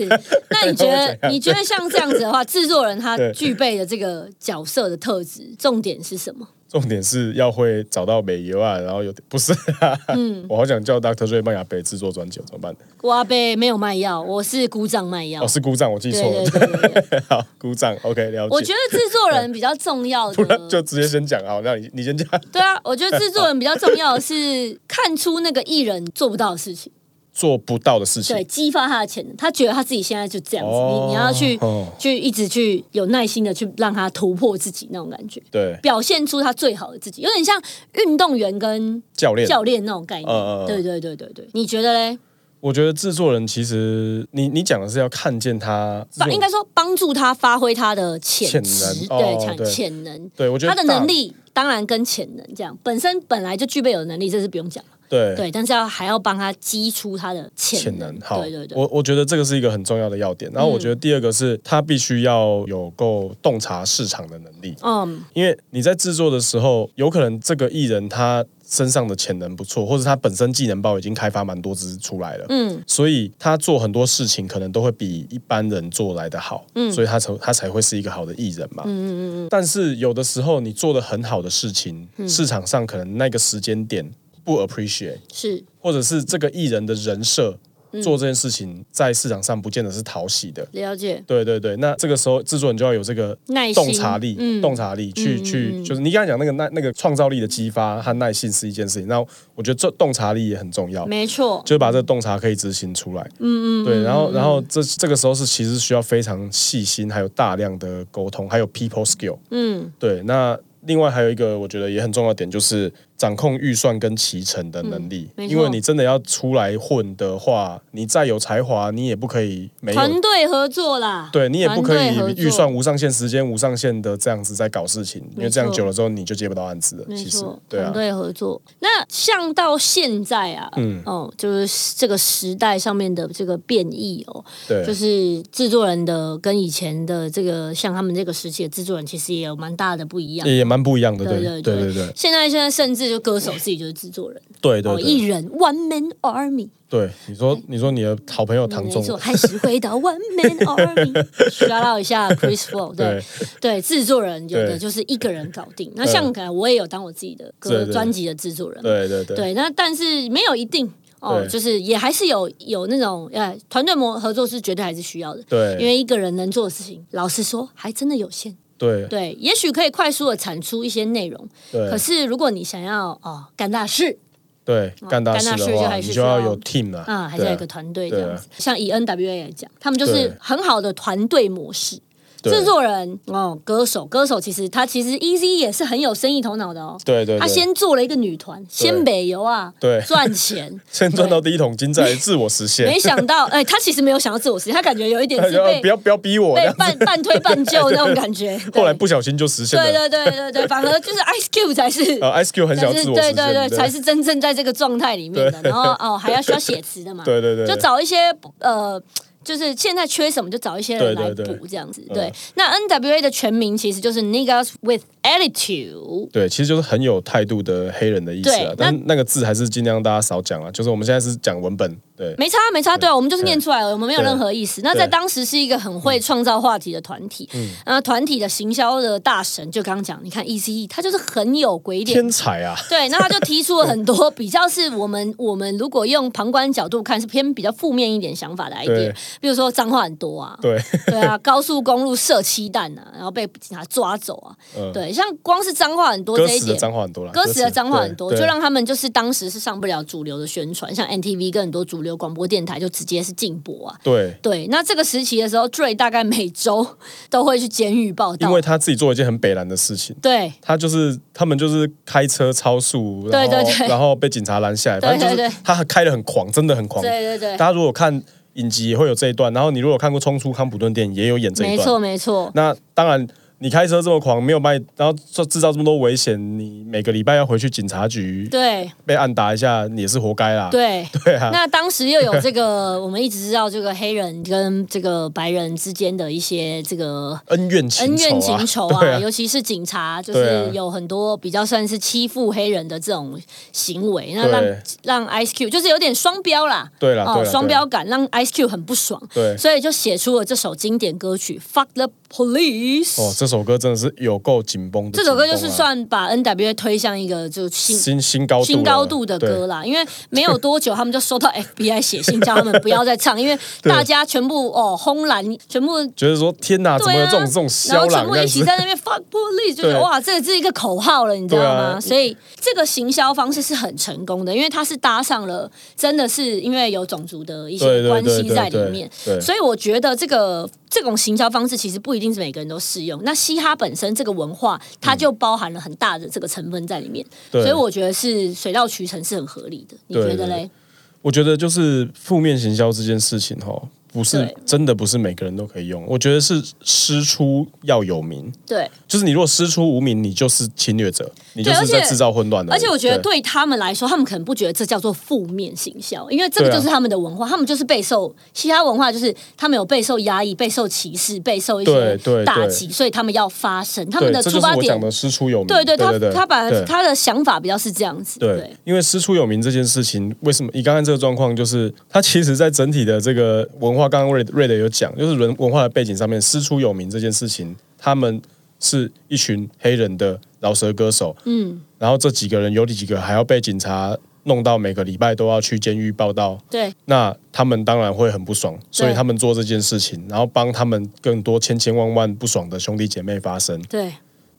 那你觉会怎得样你觉得像这样子的话，制作人他对具备的这个角色的特质，重点是什么？重点是要会找到美油啊，然后有不是啊，嗯 我好想叫 Doctor 瑞麦亚贝制作专辑，怎么办？瓜贝没有卖药，我是鼓掌卖药哦，。是鼓掌， 我记对错了对，对对对，好，鼓掌，OK，了解。我觉得制作人比较重要 不然的就。直接先讲好，那你你先讲。对啊，我觉得制作人比较重要的是看出那个艺人做不到的事情，做不到的事情对，，激发他的潜能。他觉得他自己现在就这样子，哦你你要去哦去一直去有耐心的去让他突破自己那种感觉，对，表现出他最好的自己，有点像运动员跟教练，教练那种概嗯嗯嗯念。对对对对对，你觉得嘞？我觉得制作人其实你你讲的是要看见他，帮应该说帮助他发挥他的潜潜质，能哦对潜对潜能，对我觉得他的大能力当然跟潜能这样本身本来就具备有能力，这是不用讲。对对，但是要还要帮他激出他的潜潜能能。好，对对对，嗯我我觉得这个是一个很重要的要点。然后我觉得第二个是他必须要有够洞察市场的能力，嗯，因为你在制作的时候，有可能这个艺人他身上的潜能不错，或者他本身技能包已经开发蛮多支出来了，嗯，所以他做很多事情可能都会比一般人做来的好，嗯，所以他才他才会是一个好的艺人嘛，嗯嗯嗯。嗯但是有的时候你做的很好的事情，市场上可能那个时间点不 appreciate，是或者是这个艺人的人设做这件事情在市场上不见得是讨喜的，了解。对对对，那这个时候制作人就要有这个耐心洞察力，嗯洞察力去、去，就是你刚才讲那个耐那个创造力的激发和耐性是一件事情，那我觉得这洞察力也很重要。没错，就是把这个洞察可以执行出来，嗯嗯，对，然后然后这这个时候是其实需要非常细心，还有大量的沟通，还有 people skill，嗯，对。那另外还有一个我觉得也很重要的点就是掌控预算跟提成的能力，嗯没错因为你真的要出来混的话，你再有才华，你也不可以没有团队合作啦，对你也不可团队合以作预算无上限、时间无上限的这样子在搞事情，因为这样没错久了之后你就接不到案子了。没其实错，，对团啊，队合作。那像到现在啊，嗯，哦，就是这个时代上面的这个变异哦，对，就是制作人的跟以前的这个像他嗯们这个时期的制作人，其实也有蛮大的不一样。也也蛮不一样的，对对对对对。现在现在甚至就歌手自己就是制作人，对对哦，艺对人 One Man Army，对，你说你说你的好朋友唐嗯没仲，错，还是回到 One Man Army，刷到一下 Chris Flow，对对对，制作人有的对就是一个人搞定。那像可能我也有当我自己的歌对对专辑的制作人嘛，对对对，对，那但是没有一定哦，对就是也还是有有那种呃团队模合作是绝对还是需要的。对因为一个人能做的事情，老实说还真的有限。对对，也许可以快速的产出一些内容，对，可是如果你想要哦干大事，对哦干大干事大事的就话，还你是需就要要有 team 啊，啊，还是对要啊一个团队这对样啊子。像以 NWA 来讲，他们就是对很好的团队模式。对制作人哦，歌手，歌手其实他其实 EZ 也是很有生意头脑的哦。对对，他对先做了一个女团，先北游啊，对赚钱，先赚到第一桶金，再来自我实现没。想到，哎、他其实没有想要自我实现，他感觉有一点哎是 被不要不要逼我这被样半半推半就那种 感觉。对后来不小心就实现对了。对对对对，反而就是 Ice Cube 才是。呃，Ice Cube 很想要才是自我实对现，对对，对才是真正在这个状态里面的。然后哦，还要需要写词的 嘛，对对对，就找一些呃，就是现在缺什么就找一些人来对对对补这样子。嗯对，那 NWA 的全名其实就是 Niggas with Attitude。对，其实就是很有态度的黑人的意思对那啊。但那个字还是尽量大家少讲啊，就是我们现在是讲文本，对没差没差，对啊，我们就是念出来了，我们没有对任何意思。那在当时是一个很会创造话题的团体，那团体的行销的大神，就刚刚讲，你看 E C E，他就是很有鬼点天。才啊，对，那他就提出了很多比较是我们 我们如果用旁观角度看是偏比较负面一点想法的 idea，对比如说脏话很多啊，对对啊，高速公路射七弹啊，然后被警察抓走啊，嗯对，像光是脏话很多歌这一词的点，脏话很多啦，歌词的脏话很多，对就对让他们就是当时是上不了主流的宣传，像 NTV 跟很多主流广播电台就直接是禁播啊。对，对，那这个时期的时候，Dre 大概每周 都会去监狱报因道为，他自己做了一件很北蓝的事情。对他就是他们就是开车超速，然对后对对然后被警察拦下来，对反正对就对是他开的很狂，真的很狂。对对对，大家如果看影集也会有这一段，然后你如果看过《冲出康普顿》电影，也有演这一没段。嗯错没错，那当然，你开车这么狂，没有卖，然后制制造这么多危险，你每个礼拜要回去警察局对被按打一下，你也是活该啦。对。对啊，那当时又有这个，我们一直知道这个黑人跟这个白人之间的一些这个恩怨情仇、恩啊，怨情仇对啊，啊，尤其是警察，就对啊是有很多比较算是欺负黑人的这种行为，那让对让 Ice Cube 就是有点双标啦，对啦对啦哦，对啦双标感让 Ice Cube 很不爽，对所以就写出了这首经典歌曲《Fuck the Police》。哦，这首歌真的是有够紧绷的、这首歌就是紧绷啊算把 NWA 推向一个就新新新高度了新高度的歌对啦，因为没有多久，他们就收到 FBI 写信，叫他们不要再唱，因为大家全部哦轰然，全部觉得说天哪，怎对么有啊，这种这种然肖后朗全部这一样起子？在那边 fuck police，就是对哇，这这是一个口号了，你知道吗？对啊所以这个行销方式是很成功的，因为它是搭上了，真的是因为有种族的一对些对关系对对在里对面，对所以我觉得这个这种行销方式其实不一定是每个人都适用。那嘻哈本身这个文化，它就包含了很大的这个成分在里面，嗯对所以我觉得是水到渠成是很合理的，你觉对得对嘞？ 我觉得就是负面行销这件事情哈、哦，不是对真的不是每个人都可以用，我觉得是师出要有名。对，就是你如果师出无名，你就是侵略者，你就对而是且在制造混乱的。而且我觉得对他们来说，他们可能不觉得这叫做负面行销，因为这个对啊就是他们的文化，他们就是备受嘻哈文化，就是他们有备受压抑、备受歧视、备受一些对对打击，所以他们要发声。他对们的这出就是发我点讲，的师出有名。对对，对他对对他把对他的想法比较是这样子，对，因为师出有名这件事情，为什么？以刚刚这个状况，就是它其实，在整体的这个文化，刚刚瑞瑞德有讲，就是文文化的背景上面，师出有名这件事情，他们是一群黑人的饶舌歌手，嗯，然后这几个人有几个还要被警察弄到每个礼拜都要去监狱报道，对那他们当然会很不爽，所以他们做这件事情，然后帮他们更多千千万万不爽的兄弟姐妹发声。对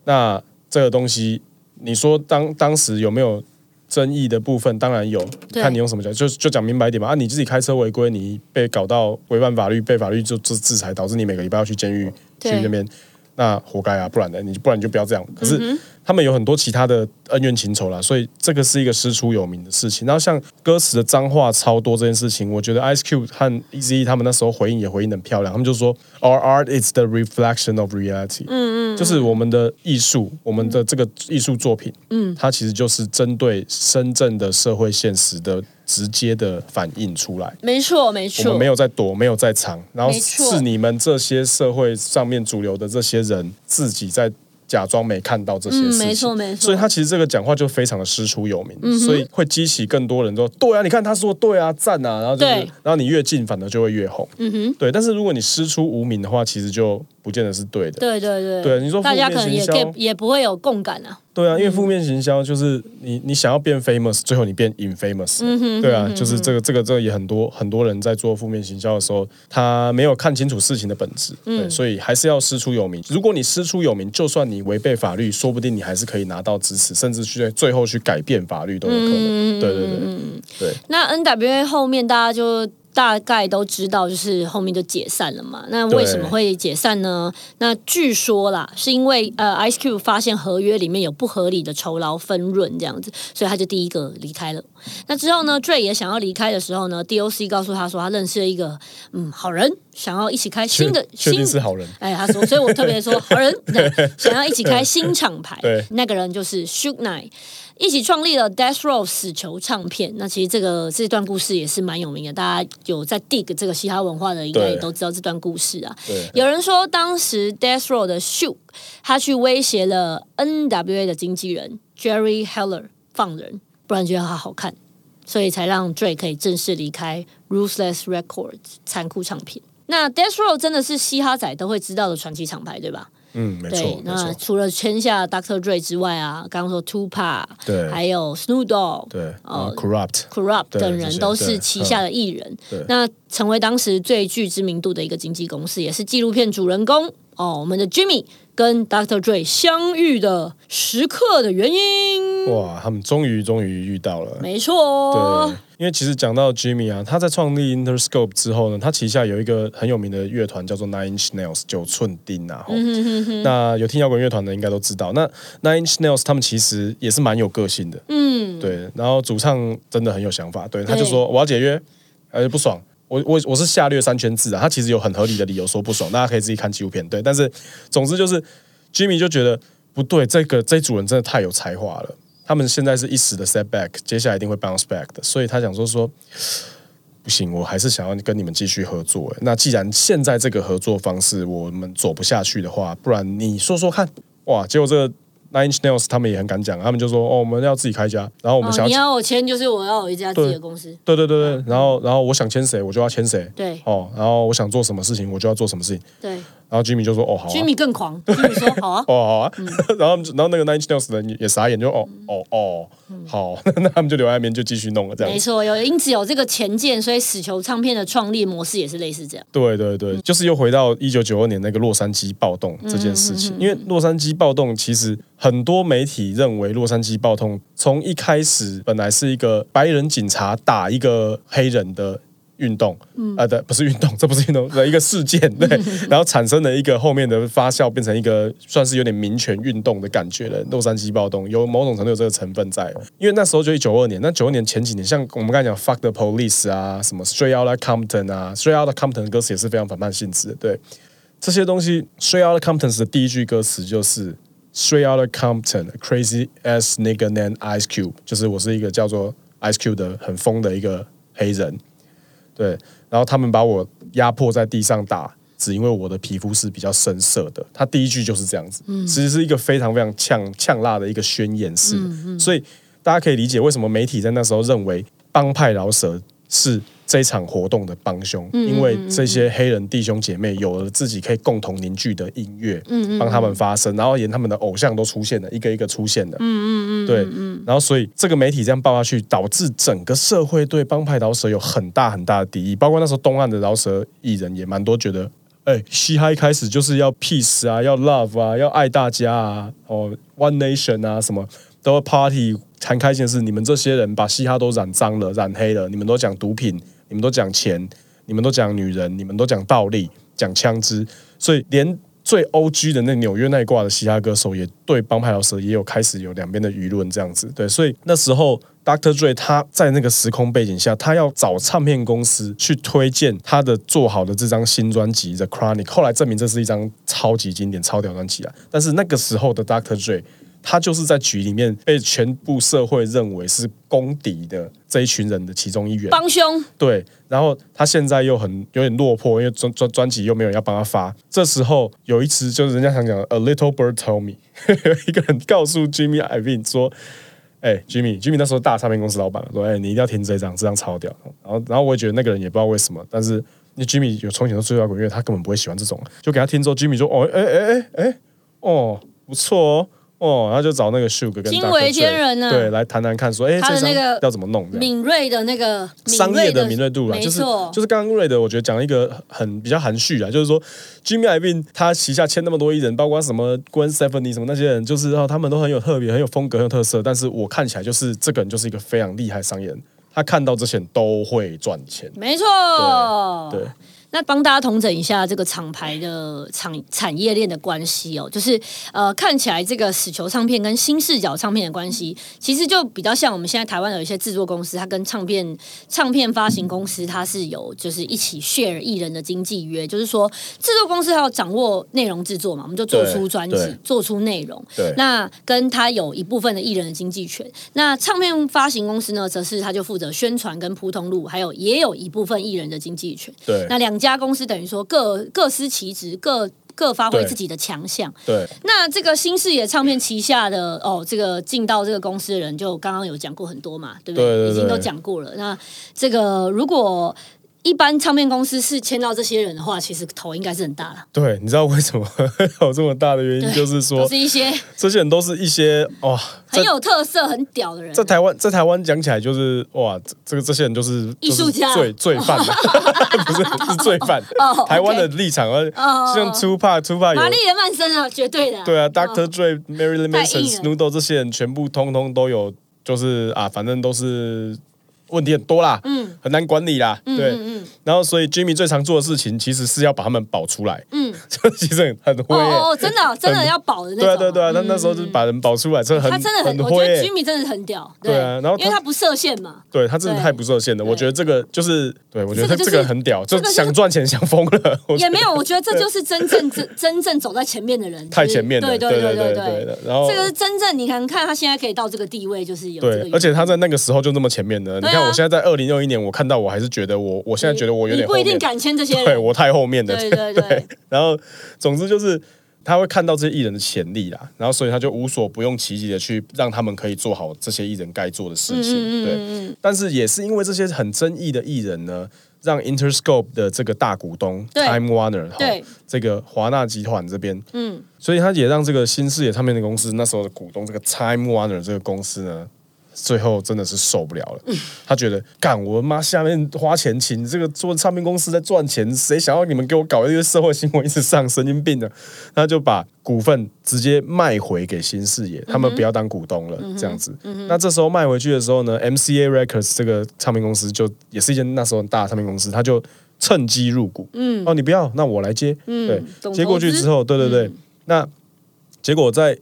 那这个东西，你说当当时有没有争议的部分？当然有，对看你用什么讲，就就讲明白一点嘛。啊，你自己开车违规，你被搞到违反法律，被法律就制制裁，导致你每个礼拜要去监狱去对那边，那活该啊！不然呢，你不然你就不要这样。可是、他们有很多其他的恩怨情仇啦，所以这个是一个师出有名的事情。然后像歌词的脏话超多这件事情，我觉得 Ice Cube 和 e z 他们那时候回应也回应得很漂亮，他们就说 Our art is the reflection of reality，嗯嗯，就是我们的艺术，我们的这个艺术作品，嗯，它其实就是针对深圳的社会现实的直接的反映出来。没错没我错，们没有在躲，没有在藏，然后没错是你们这些社会上面主流的这些人自己在假装没看到这些事情。嗯没错没错嗯所以他其实这个讲话就非常的师出有名，所以会激起更多人说：“对啊，你看他说对啊，赞啊。”然后就是对，然后你越近，反而就会越红。嗯哼，对。但是如果你师出无名的话，其实就不见得是对的。对对对，对你说负大面家可能也行销 get 也不会有共感啊。对啊，因为负面行销就是你你想要变 famous，最后你变 infamous，、对嗯啊，就是这个这个这个也很多很多人在做负面行销的时候，他没有看清楚事情的本质，嗯对，所以还是要师出有名。如果你师出有名，就算你违背法律，说不定你还是可以拿到支持，甚至去最后去改变法律都有可能。嗯对对对对，那 NWA 后面大家就大概都知道，就是后面就解散了嘛。那为什么会解散呢？那据说啦，是因为呃 Ice Cube 发现合约里面有不合理的酬劳分润这样子，所以他就第一个离开了。那之后呢，Dre 也想要离开的时候呢，DOC 告诉他说他认识了一个嗯好人，想要一起开新的确新定是好人。哎，他说，所以我特 别说好人，对想要一起开新厂牌嗯对，那个人就是 Suge Knight，一起创立了 Death Row 死囚唱片。那其实这个这段故事也是蛮有名的，大家有在 dig 这个嘻哈文化的，应该对也都知道这段故事啊。对有人说，当时 Death Row 的 Suge，他去威胁了 NWA 的经纪人 Jerry Heller 放人，不然觉得他好看，所以才让 Dre 可以正式离开 Ruthless Records 残酷唱片。那 Death Row 真的是嘻哈仔都会知道的传奇厂牌，对吧？嗯，没对错，没那错，除了签下 Dr. Dre 之外啊，刚刚说 Tupac，对还有 Snoop Dogg，对，然哦后 corrupt， Corrupt 对等这人些都对是旗下的艺人嗯对，那成为当时最具知名度的一个经纪公司，也是纪录片主人公哦，我们的 Jimmy 跟 Dr. Dre 相遇的时刻的原因，哇，他们终于终于遇到了。没错哦对，，因为其实讲到 Jimmy 啊，他在创立 Interscope 之后呢，他旗下有一个很有名的乐团叫做 Nine Inch Nails 九寸钉啊。吼嗯那有听摇滚乐团的应该都知道，那 Nine Inch Nails 他们其实也是蛮有个性的，嗯，对。然后主唱真的很有想法，对，他对就说我要解约，呃不爽。我我我是下略三圈字啊，他其实有很合理的理由说不爽，大家可以自己看纪录片。对，但是总之就是 Jimmy 就觉得不对，这个这一组人真的太有才华了。他们现在是一时的 setback，接下来一定会 bounce back 的，所以他想说说，不行，我还是想要跟你们继续合作。欸那既然现在这个合作方式我们走不下去的话，不然你说说看。哇，结果这个 Nine Inch Nails 他们也很敢讲，他们就说哦，我们要自己开家，然后我们哦，想你要，要我签，就是我要有一家自己的对公司，对对对对，然后然后我想签谁，我就要签谁。对哦，然后我想做什么事情，我就要做什么事情。对然后 Jimmy 就说：“哦，好、啊。”。，Jimmy 更狂，Jimmy 说好啊 哦，好啊。然后他们就然后那个 Nine Inch Nails 的人也傻眼，就哦哦哦，嗯好， 那他们就留在那边就继续弄了这样没子。错，有因此有这个前见，所以死囚唱片的创立模式也是类似这样。对对对，就是又回到一九九二年那个洛杉矶暴动这件事情，因为洛杉矶暴动其实很多媒体认为洛杉矶暴动从一开始本来是一个白人警察打一个黑人的。运动，啊，对，不是运动，这不是运动的一个事件，对，然后产生了一个后面的发酵，变成一个算是有点民权运动的感觉了。洛杉矶暴动有某种程度有这个成分在，因为那时候就一九二年，那九二年前几年，像我们刚才讲 Fuck the Police 啊，什么 Straight Outta Compton 啊，Straight Outta Compton 的歌词也是非常反叛性质的，对，这些东西 Straight Outta Compton 的第一句歌词就是 Straight Outta Compton a Crazy as Nigga Named Ice Cube，就是我是一个叫做 Ice Cube 的很疯的一个黑人。对，然后他们把我压迫在地上打，只因为我的皮肤是比较深色的。他第一句就是这样子，其实是一个非常非常呛呛辣的一个宣言式，所以大家可以理解为什么媒体在那时候认为帮派饶舌是这场活动的帮凶，因为这些黑人弟兄姐妹有了自己可以共同凝聚的音乐，帮他们发声，然后连他们的偶像都出现了，一个一个出现了，对，然后所以这个媒体这样报下去，导致整个社会对帮派饶舌有很大很大的敌意，包括那时候东岸的饶舌艺人也蛮多觉得，哎，嘻哈一开始就是要 peace 啊，要 love 啊，要爱大家啊，哦，one nation 啊，什么都要 party，谈开心的是你们这些人把嘻哈都染脏了、染黑了，你们都讲毒品，你们都讲钱，你们都讲女人，你们都讲道理，讲枪支，所以连最 O G 的那纽约那一挂的嘻哈歌手，也对帮派饶舌也有开始有两边的舆论这样子。对，所以那时候 Dr. Dre 他在那个时空背景下，他要找唱片公司去推荐他的做好的这张新专辑《The Chronic》，后来证明这是一张超级经典、超屌专辑啊。但是那个时候的 Dr. Dre。他就是在局里面被全部社会认为是公敌的这一群人的其中一员。帮凶，对，然后他现在又很有点落魄，因为专专专辑又没有人要帮他发。这时候有一次就是人家想讲，A little bird told me，有 一个人告诉 Jimmy Iovine 说。哎、j i m m y j i m m y 那时候大唱片公司老板说：“哎、你一定要听这张，这张超屌。”然后，然后我也觉得那个人也不知道为什么，但是因为 Jimmy 有从小就追摇滚乐，他根本不会喜欢这种，就给他听之后，Jimmy 就哦，哎哎哎哎，哦，不错哦，哦，然后就找那个 Sugar 跟惊 Dr. 为天 Dre，人啊对，来谈谈看说，哎、他的这张那个要怎么弄？这样。敏锐的那个商业的敏锐度啦，没就是错，就是刚刚瑞德，我觉得讲一个很比较含蓄啊，就是说 Jimmy Iovine 他旗下签那么多艺人，包括什么 Gwen Stefani 什么那些人，就是哦，他们都很有特别、很有风格、很有特色，但是我看起来就是这个人就是一个非常厉害的商业人，他看到这些人都会赚钱，没错，对。那帮大家统整一下这个厂牌的产产业链的关系哦，就是呃，看起来这个死囚唱片跟新视角唱片的关系，其实就比较像我们现在台湾有一些制作公司，它跟唱片唱片发行公司，它是有就是一起 share 艺人的经纪约，就是说制作公司它要掌握内容制作嘛，我们就做出对专辑对，做出内容，对那跟他有一部分的艺人的经纪权。那唱片发行公司呢，则是他就负责宣传跟铺通路，还有也有一部分艺人的经纪权。对那两家公司等于说各各司其职，各各发挥对自己的强项。对那这个新视野唱片旗下的哦，这个进到这个公司的人，就刚刚有讲过很多嘛，对不对？对对对已经都讲过了。那这个如果一般唱片公司是签到这些人的话，其实头应该是很大了，对，你知道为什么有这么大的 原因？就是都说是一些这些人都是一些哇，很在有特色、很屌的人。在台湾，在台湾讲起来就是哇，这这个这些人就是艺术家就是罪罪犯嘛， 不是是罪犯 哦。，OK 台湾的立场，呃哦像 Tupac、Tupac 玛丽有莲曼森啊，绝对的啊、对啊哦，Dr. Dre、Marilyn 太 Manson、硬了 Snoop Dogg 这些人全部通通都有，就是啊，反正都是问题很多啦，嗯，很难管理啦，嗯对。然后所以 Jimmy 最常做的事情其实是要把他们保出来， 嗯，这其实很很灰哦欸，哦哦，真的哦、真的要保的那种对啊、啊对啊对啊，那那时候就是把人保出来，这很他真的很，我觉灰得欸。 Jimmy 真的很屌，对啊然后他因为他不设限嘛，对他真的对太不设限了，我觉得这个就是，对我觉得这他个就是这个很屌，就这个就是想赚钱想疯了， 我觉也得没有，我觉得这就是真正真真正走在前面的人，太前面了，对对对对对对。然后这个是真正你看看他现在可以到这个地位，就是有这个对，原而且因他在那个时候就那么前面的，你对啊看我现在在二零二一年，我看到我还是觉得我，我现在觉得我有你点后不一定面，敢签这些对人，我太后面了，对对对，然后总之就是他会看到这些艺人的潜力啦，然后所以他就无所不用其极的去让他们可以做好这些艺人该做的 事情。嗯对，但是也是因为这些很争议的艺人呢，让 Interscope 的这个大股东对 Time Warner 哈嗯对这个华纳集团这边，嗯嗯，所以他也让这个新视野唱片的公司那时候的股东这个 Time Warner 这个公司呢。最后真的是受不了了，他觉得干我妈下面花钱请这个做唱片公司在赚钱，谁想要你们给我搞一个社会新闻一直上，神经病的！他就把股份直接卖回给新视嗯野，他们不要当股东了，这样子。那这时候卖回去的时候呢，MCA Records 这个唱片公司就也是一间那时候很大的唱片公司，他就趁机入股。嗯，哦，你不要，那我来接。懂对，接过去嗯投资嗯之后，对对对，那结果在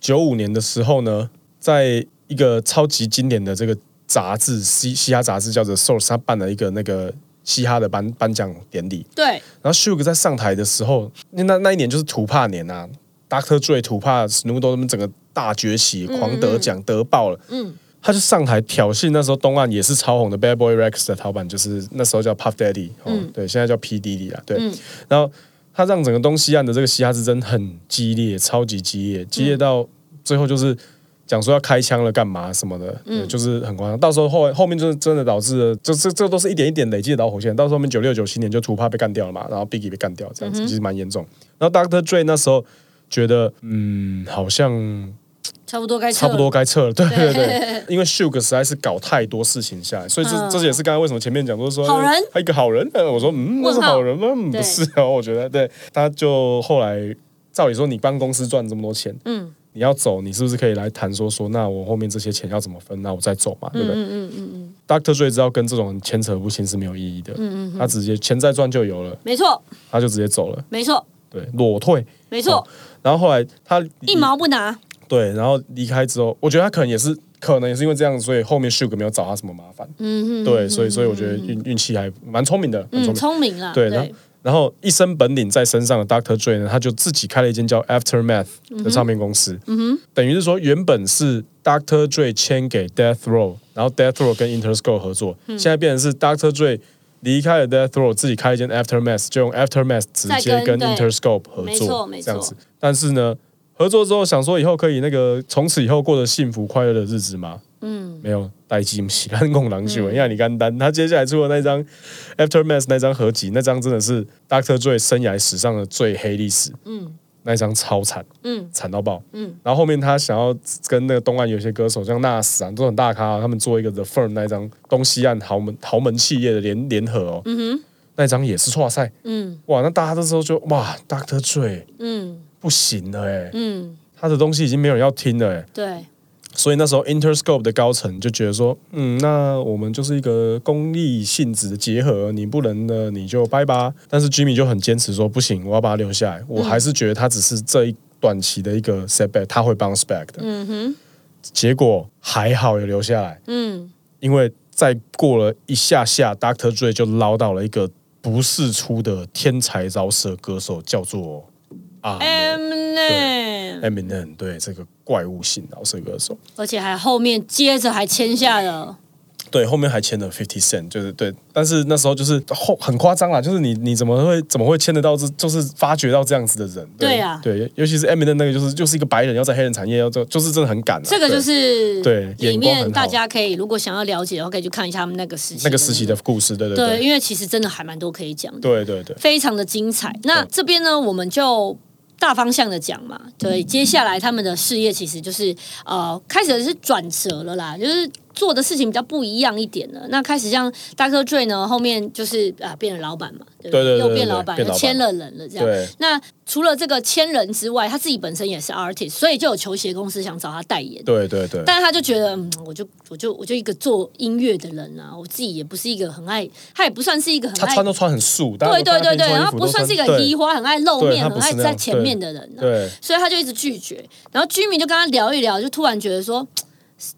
九五年的时候呢，在一个超级经典的这个杂志嘻嘻哈杂志叫做《Source》，他办了一个那个嘻哈的颁颁奖典礼。对然后 Suge 在上台的时候，那那那一年就是土帕年啊，Dr. Dre、土帕、Snoop Dogg 他们整个大崛起，狂得奖、得爆了。嗯，他就上台挑衅那时候东岸也是超红的 Bad Boy Rex 的老板，就是那时候叫 Puff Daddy，哦，对，现在叫 P D D 啦，对。然后他让整个东西岸的这个嘻哈之争很激烈，超级激烈，激烈到最后就是。讲说要开枪了，干嘛什么的，嗯，就是很夸张。到时候后后面就是真的导致了，这这这都是一点一点累积的导火线。到时候后面九六九七年就突帕被干掉了嘛，然后 Biggie 被干掉，这样嗯子、其实蛮严重。然后 Doctor Dre 那时候觉得，嗯，好像差不多该撤差不多了该撤了， 对对 对，因为 Suge 实在是搞太多事情下来，所以这、嗯这也是刚才为什么前面讲就是说好人哎他一个好人， 呃我说嗯，问那号是好人吗？嗯对不是哦，我觉得对，他就后来照理说你帮公司赚这么多钱，嗯嗯。你要走，你是不是可以来谈说说？那我后面这些钱要怎么分？那我再走嘛，对不对？嗯嗯嗯嗯。Doctor Dre 知道跟这种人牵扯不清是没有意义的，嗯嗯，他直接钱再赚就有了，没错他就直接走了，没错对，裸退。没错哦，然后后来他一毛不拿，对，然后离开之后，我觉得他可能也是，可能也是因为这样，所以后面 Suge 没有找嗯他什么麻烦。嗯对，所以所以我觉得运运气还蛮聪明的，蛮聪嗯，明。聪明啦，对，然后然后一身本领在身上的 Doctor Dre 呢，他就自己开了一间叫 Aftermath 的唱片公司。嗯等于是说，原本是 Doctor Dre 签给 Death Row，然后 Death Row 跟 Interscope 合作，嗯现在变成是 Doctor Dre 离开了 Death Row，自己开了一间 Aftermath，就用 Aftermath 直接再跟跟对 Interscope 合没错作没，错这样子。但是呢，合作之后想说以后可以那个从此以后过着幸福快乐的日子吗？嗯，没有，代金不 是咱共狼秀，因为你干单。他接下来出的那张 Aftermath 那张合集，那张真的是 Doctor Dre 生涯史上的最黑历史。嗯，那一张超惨，嗯，惨到爆。嗯，然后后面他想要跟那个东岸有些歌手，像 Nas 啊，都很大咖、他们做一个 The Firm 那一张东西岸豪门豪门企业的联联合哦。嗯哼，那一张也是错赛。嗯哇，那大家这时候就哇，Doctor Dre 嗯不行了哎、嗯，他的东西已经没有人要听了哎、对，所以那时候 Interscope 的高层就觉得说，嗯，那我们就是一个公益性质的结合，你不能呢你就拜吧。但是 Jimmy 就很坚持说，不行，我要把他留下来。我还是觉得他只是这一短期的一个 setback，他会 bounce back 的。嗯哼，结果还好有留下来，嗯因为再过了一下下，Doctor Dre 就捞到了一个不世出的天才饶舌歌手，叫做啊。哎，Eminem， Eminem 对这个怪物性饶舌歌手，而且还后面接着还签下了，对，后面还签了 Fifty Cent，就是对，但是那时候就是后很夸张啦，就是你你怎么会怎么会签得到这，就是发掘到这样子的人，对啊对，尤其是 Eminem 那个就是就是一个白人要在黑人产业要做，就是真的很敢、啊，这个对就是对里眼光很面好大家可以如果想要了解的话，可以去看一下他们那个时期那个时期的故事，对对对，对因为其实真的还蛮多可以讲的。对对对，非常的精彩。嗯那这边呢，我们就大方向的讲嘛，嗯对，接下来他们的事业其实就是呃，开始是转折了啦，就是。做的事情比较不一样一点了。那开始像大哥坠呢，后面就是啊变了老板嘛，对不对对对又对变对老板，变又老板签了人了这样。对那除了这个签人之外，他自己本身也是 artist，所以就有球鞋公司想找他代言。对对对，但是他就觉得，嗯，我就我就我就一个做音乐的人啊，我自己也不是一个很爱，他也不算是一个很他爱穿都穿很素，大家对都看对对他平对，常然衣后服不都算是一个对移花，很爱露对面，他很不爱是那在样前对面的人、啊，对所以他就一直拒绝。然后居民就跟他聊一聊，就突然觉得说。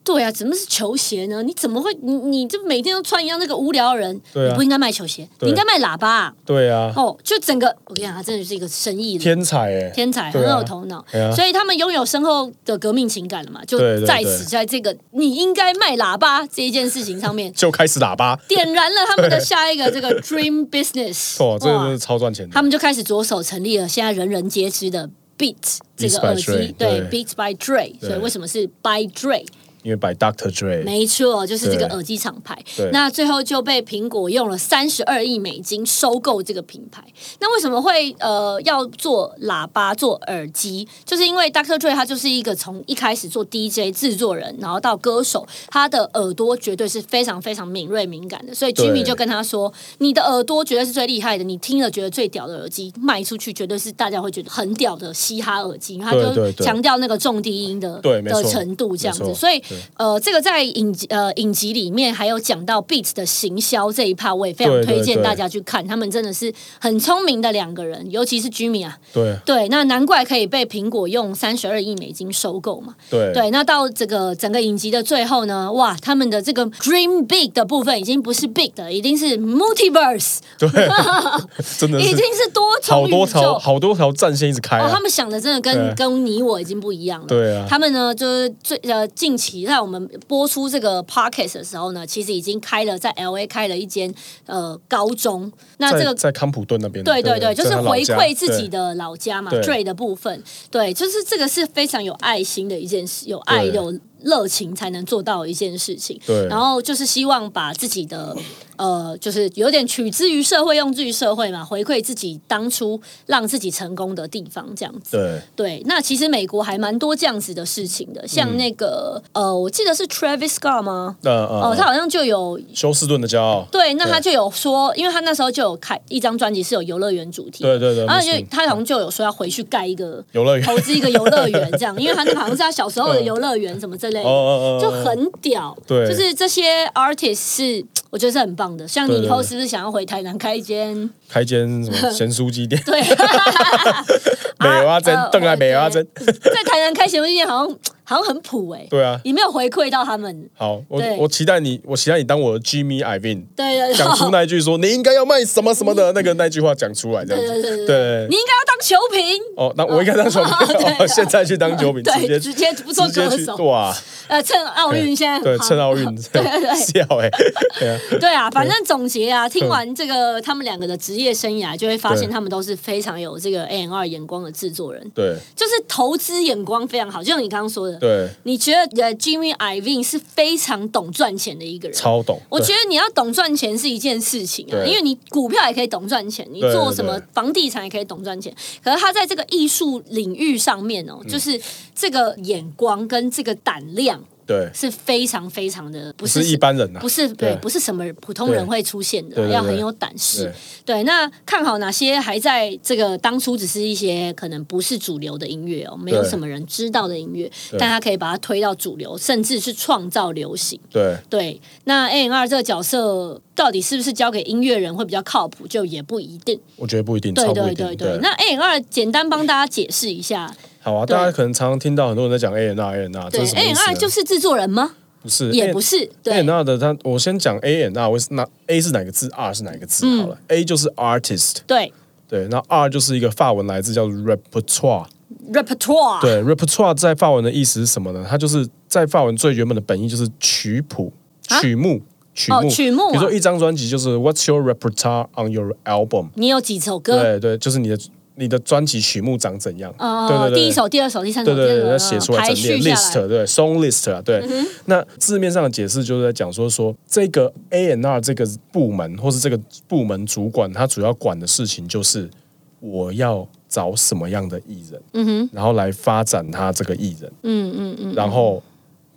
对啊，怎么是球鞋呢？你怎么会你你这每天都穿一样那个无聊的人？对啊你不应该卖球鞋，对你应该卖喇叭啊、对啊，哦，就整个我跟你讲，他真的是一个生意人天才哎、天才，对很啊有头脑、对啊所以他们拥有深厚的革命情感了嘛，就对对在对，此在这个你应该卖喇叭这一件事情上面 就开始喇叭，点燃了他们的下一个这个 dream business。哦，这哇个真的超赚钱的他，们就开始着手成立了现在人人皆知的 Beat 这 Beats 个 by 耳机 Dre，，对对 Beat by Dre，所以为什么是 by Dre？因为摆 Doctor Dre，没错，就是这个对耳机厂牌对。那最后就被苹果用了三十二亿美金收购这个品牌。那为什么会呃要做喇叭、做耳机？就是因为 Dr. Dre 他就是一个从一开始做 DJ 制作人，然后到歌手，他的耳朵绝对是非常非常敏锐敏感的。所以对 Jimmy 就跟他说：“你的耳朵绝对是最厉害的，你听了觉得最屌的耳机，卖出去绝对是大家会觉得很屌的嘻哈耳机。”他对对就对强调那个重低音的对没的错程度这样子没。错所以对呃，这个在影集呃影集里面还有讲到 Beats 的行销这一趴，我也非常对对推荐对大家去看，他们真的是很聪明的两个人，尤其是 Jimmy 啊，对对，那难怪可以被苹果用三十二亿美金收购嘛。对对，那到这个整个影集的最后呢，哇，他们的这个 Dream Big 的部分已经不是 Big 的，已经是 Multiverse， 真的已是经是多重好宇多宙。条好多条战线一直开、哦，啊他们想的真的跟对跟你我已经不一样了。对啊他们呢就是最呃近期在我们播出这个 podcast 的时候呢，其实已经开了在 L A 开了一间呃高中。那这在个在康普顿那边，对对对，就是在他老回家馈自己对的老家嘛对，Dray 的部分，对，就是这个是非常有爱心的一件事，有爱对有热情才能做到的一件事情。对然后就是希望把自己的呃，就是有点取之于社会，用之于社会嘛，回馈自己当初让自己成功的地方，这样子。对对，那其实美国还蛮多这样子的事情的，像嗯那个、呃，我记得是 Travis Scott 吗？那哦、呃他好像就有休斯顿的骄傲，对，那他对就有说，因为他那时候就有开一张专辑是有游乐园主题，对对对然后就 Muslim 他好像就有说要回去盖一个游乐园投资一个游乐园这样，因为他那个好像是他小时候的嗯游乐园什么之类哦的，哦哦，就很屌。对就是这些 artist 是我觉得是很棒的，像你对对以后对是不是想要回台南开一间？，开间什么咸酥鸡店 对，美蛙 啊呃哦针，邓来美蛙针，在台南开咸味店好像好像很普哎、对啊，你没有回馈到他们，好，我对我期待你，我期待你当我的 Jimmy Ivan，对对对，讲出那一句说你应该要卖什么什么 的那个那句话讲出来，这样对对对子。对对 你，应该要当球评，哦，那我应该当球对评，啊哦现在去当球评，直 对，接直直接不做歌接去手，哇，呃，趁奥运现在对，很夯趁奥运，对对笑哎，对啊，对啊，反正总结啊，听完这个他们两个的职业生涯，就会发现对他们都是非常有这个 A N R 眼光的制作人，对就是投资眼光非常好，就像你刚刚说的，对，你觉得呃 Jimmy Iovine 是非常懂赚钱的一个人。超懂，我对觉得你要懂赚钱是一件事情啊，对因为你股票也可以懂赚钱，你对做什么对房地产也可以懂赚钱。可是他在这个艺术领域上面嗯哦，就是这个眼光跟这个胆量对，是非常非常的，不不是是一般人呐不，是对对，不是什么普通人会出现对的，对要很有胆识对。对，那看好哪些还在这个当初只是一些可能不是主流的音乐哦，没有对什么人知道的音乐，对但他可以把它推到主流，甚至是创造流行。对对，那 A N R 这个角色到底是不是交给音乐人会比较靠谱，就也不一定。我觉得不一定，对超不对一对定，对对，。那 A N R 简单帮大家解释一下，好啊，对大家可能常常听到很多人在讲 A N R A N R，这对是什么 A 意 N 思 R 呢？就是制作人吗？不是也不是， A 对 N R 的它，我先讲 A N R，我是哪 A 是哪个字，R 是哪个字嗯好了，A 就是 artist，对对，那 R 就是一个法文来自叫做 repertoire， ，repertoire，对，repertoire 在法文的意思是什么呢？它就是在法文最原本的本意就是曲谱、啊曲目、曲哦目。曲目啊比如说一张专辑就是 What's your repertoire on your album？你有几首歌？对对，就是你的你的专辑曲目长怎样？对嗯哦对，对，第一首、第二首、第三首、对第对四对，首，要写出来排整序列下 list 来。嗯对 song list 啊，对。那字面上的解释就是在讲说说这个 A N R 这个部门或是这个部门主管，他主要管的事情就是我要找什么样的艺人，嗯哼，然后来发展他这个艺人，嗯嗯嗯，然后。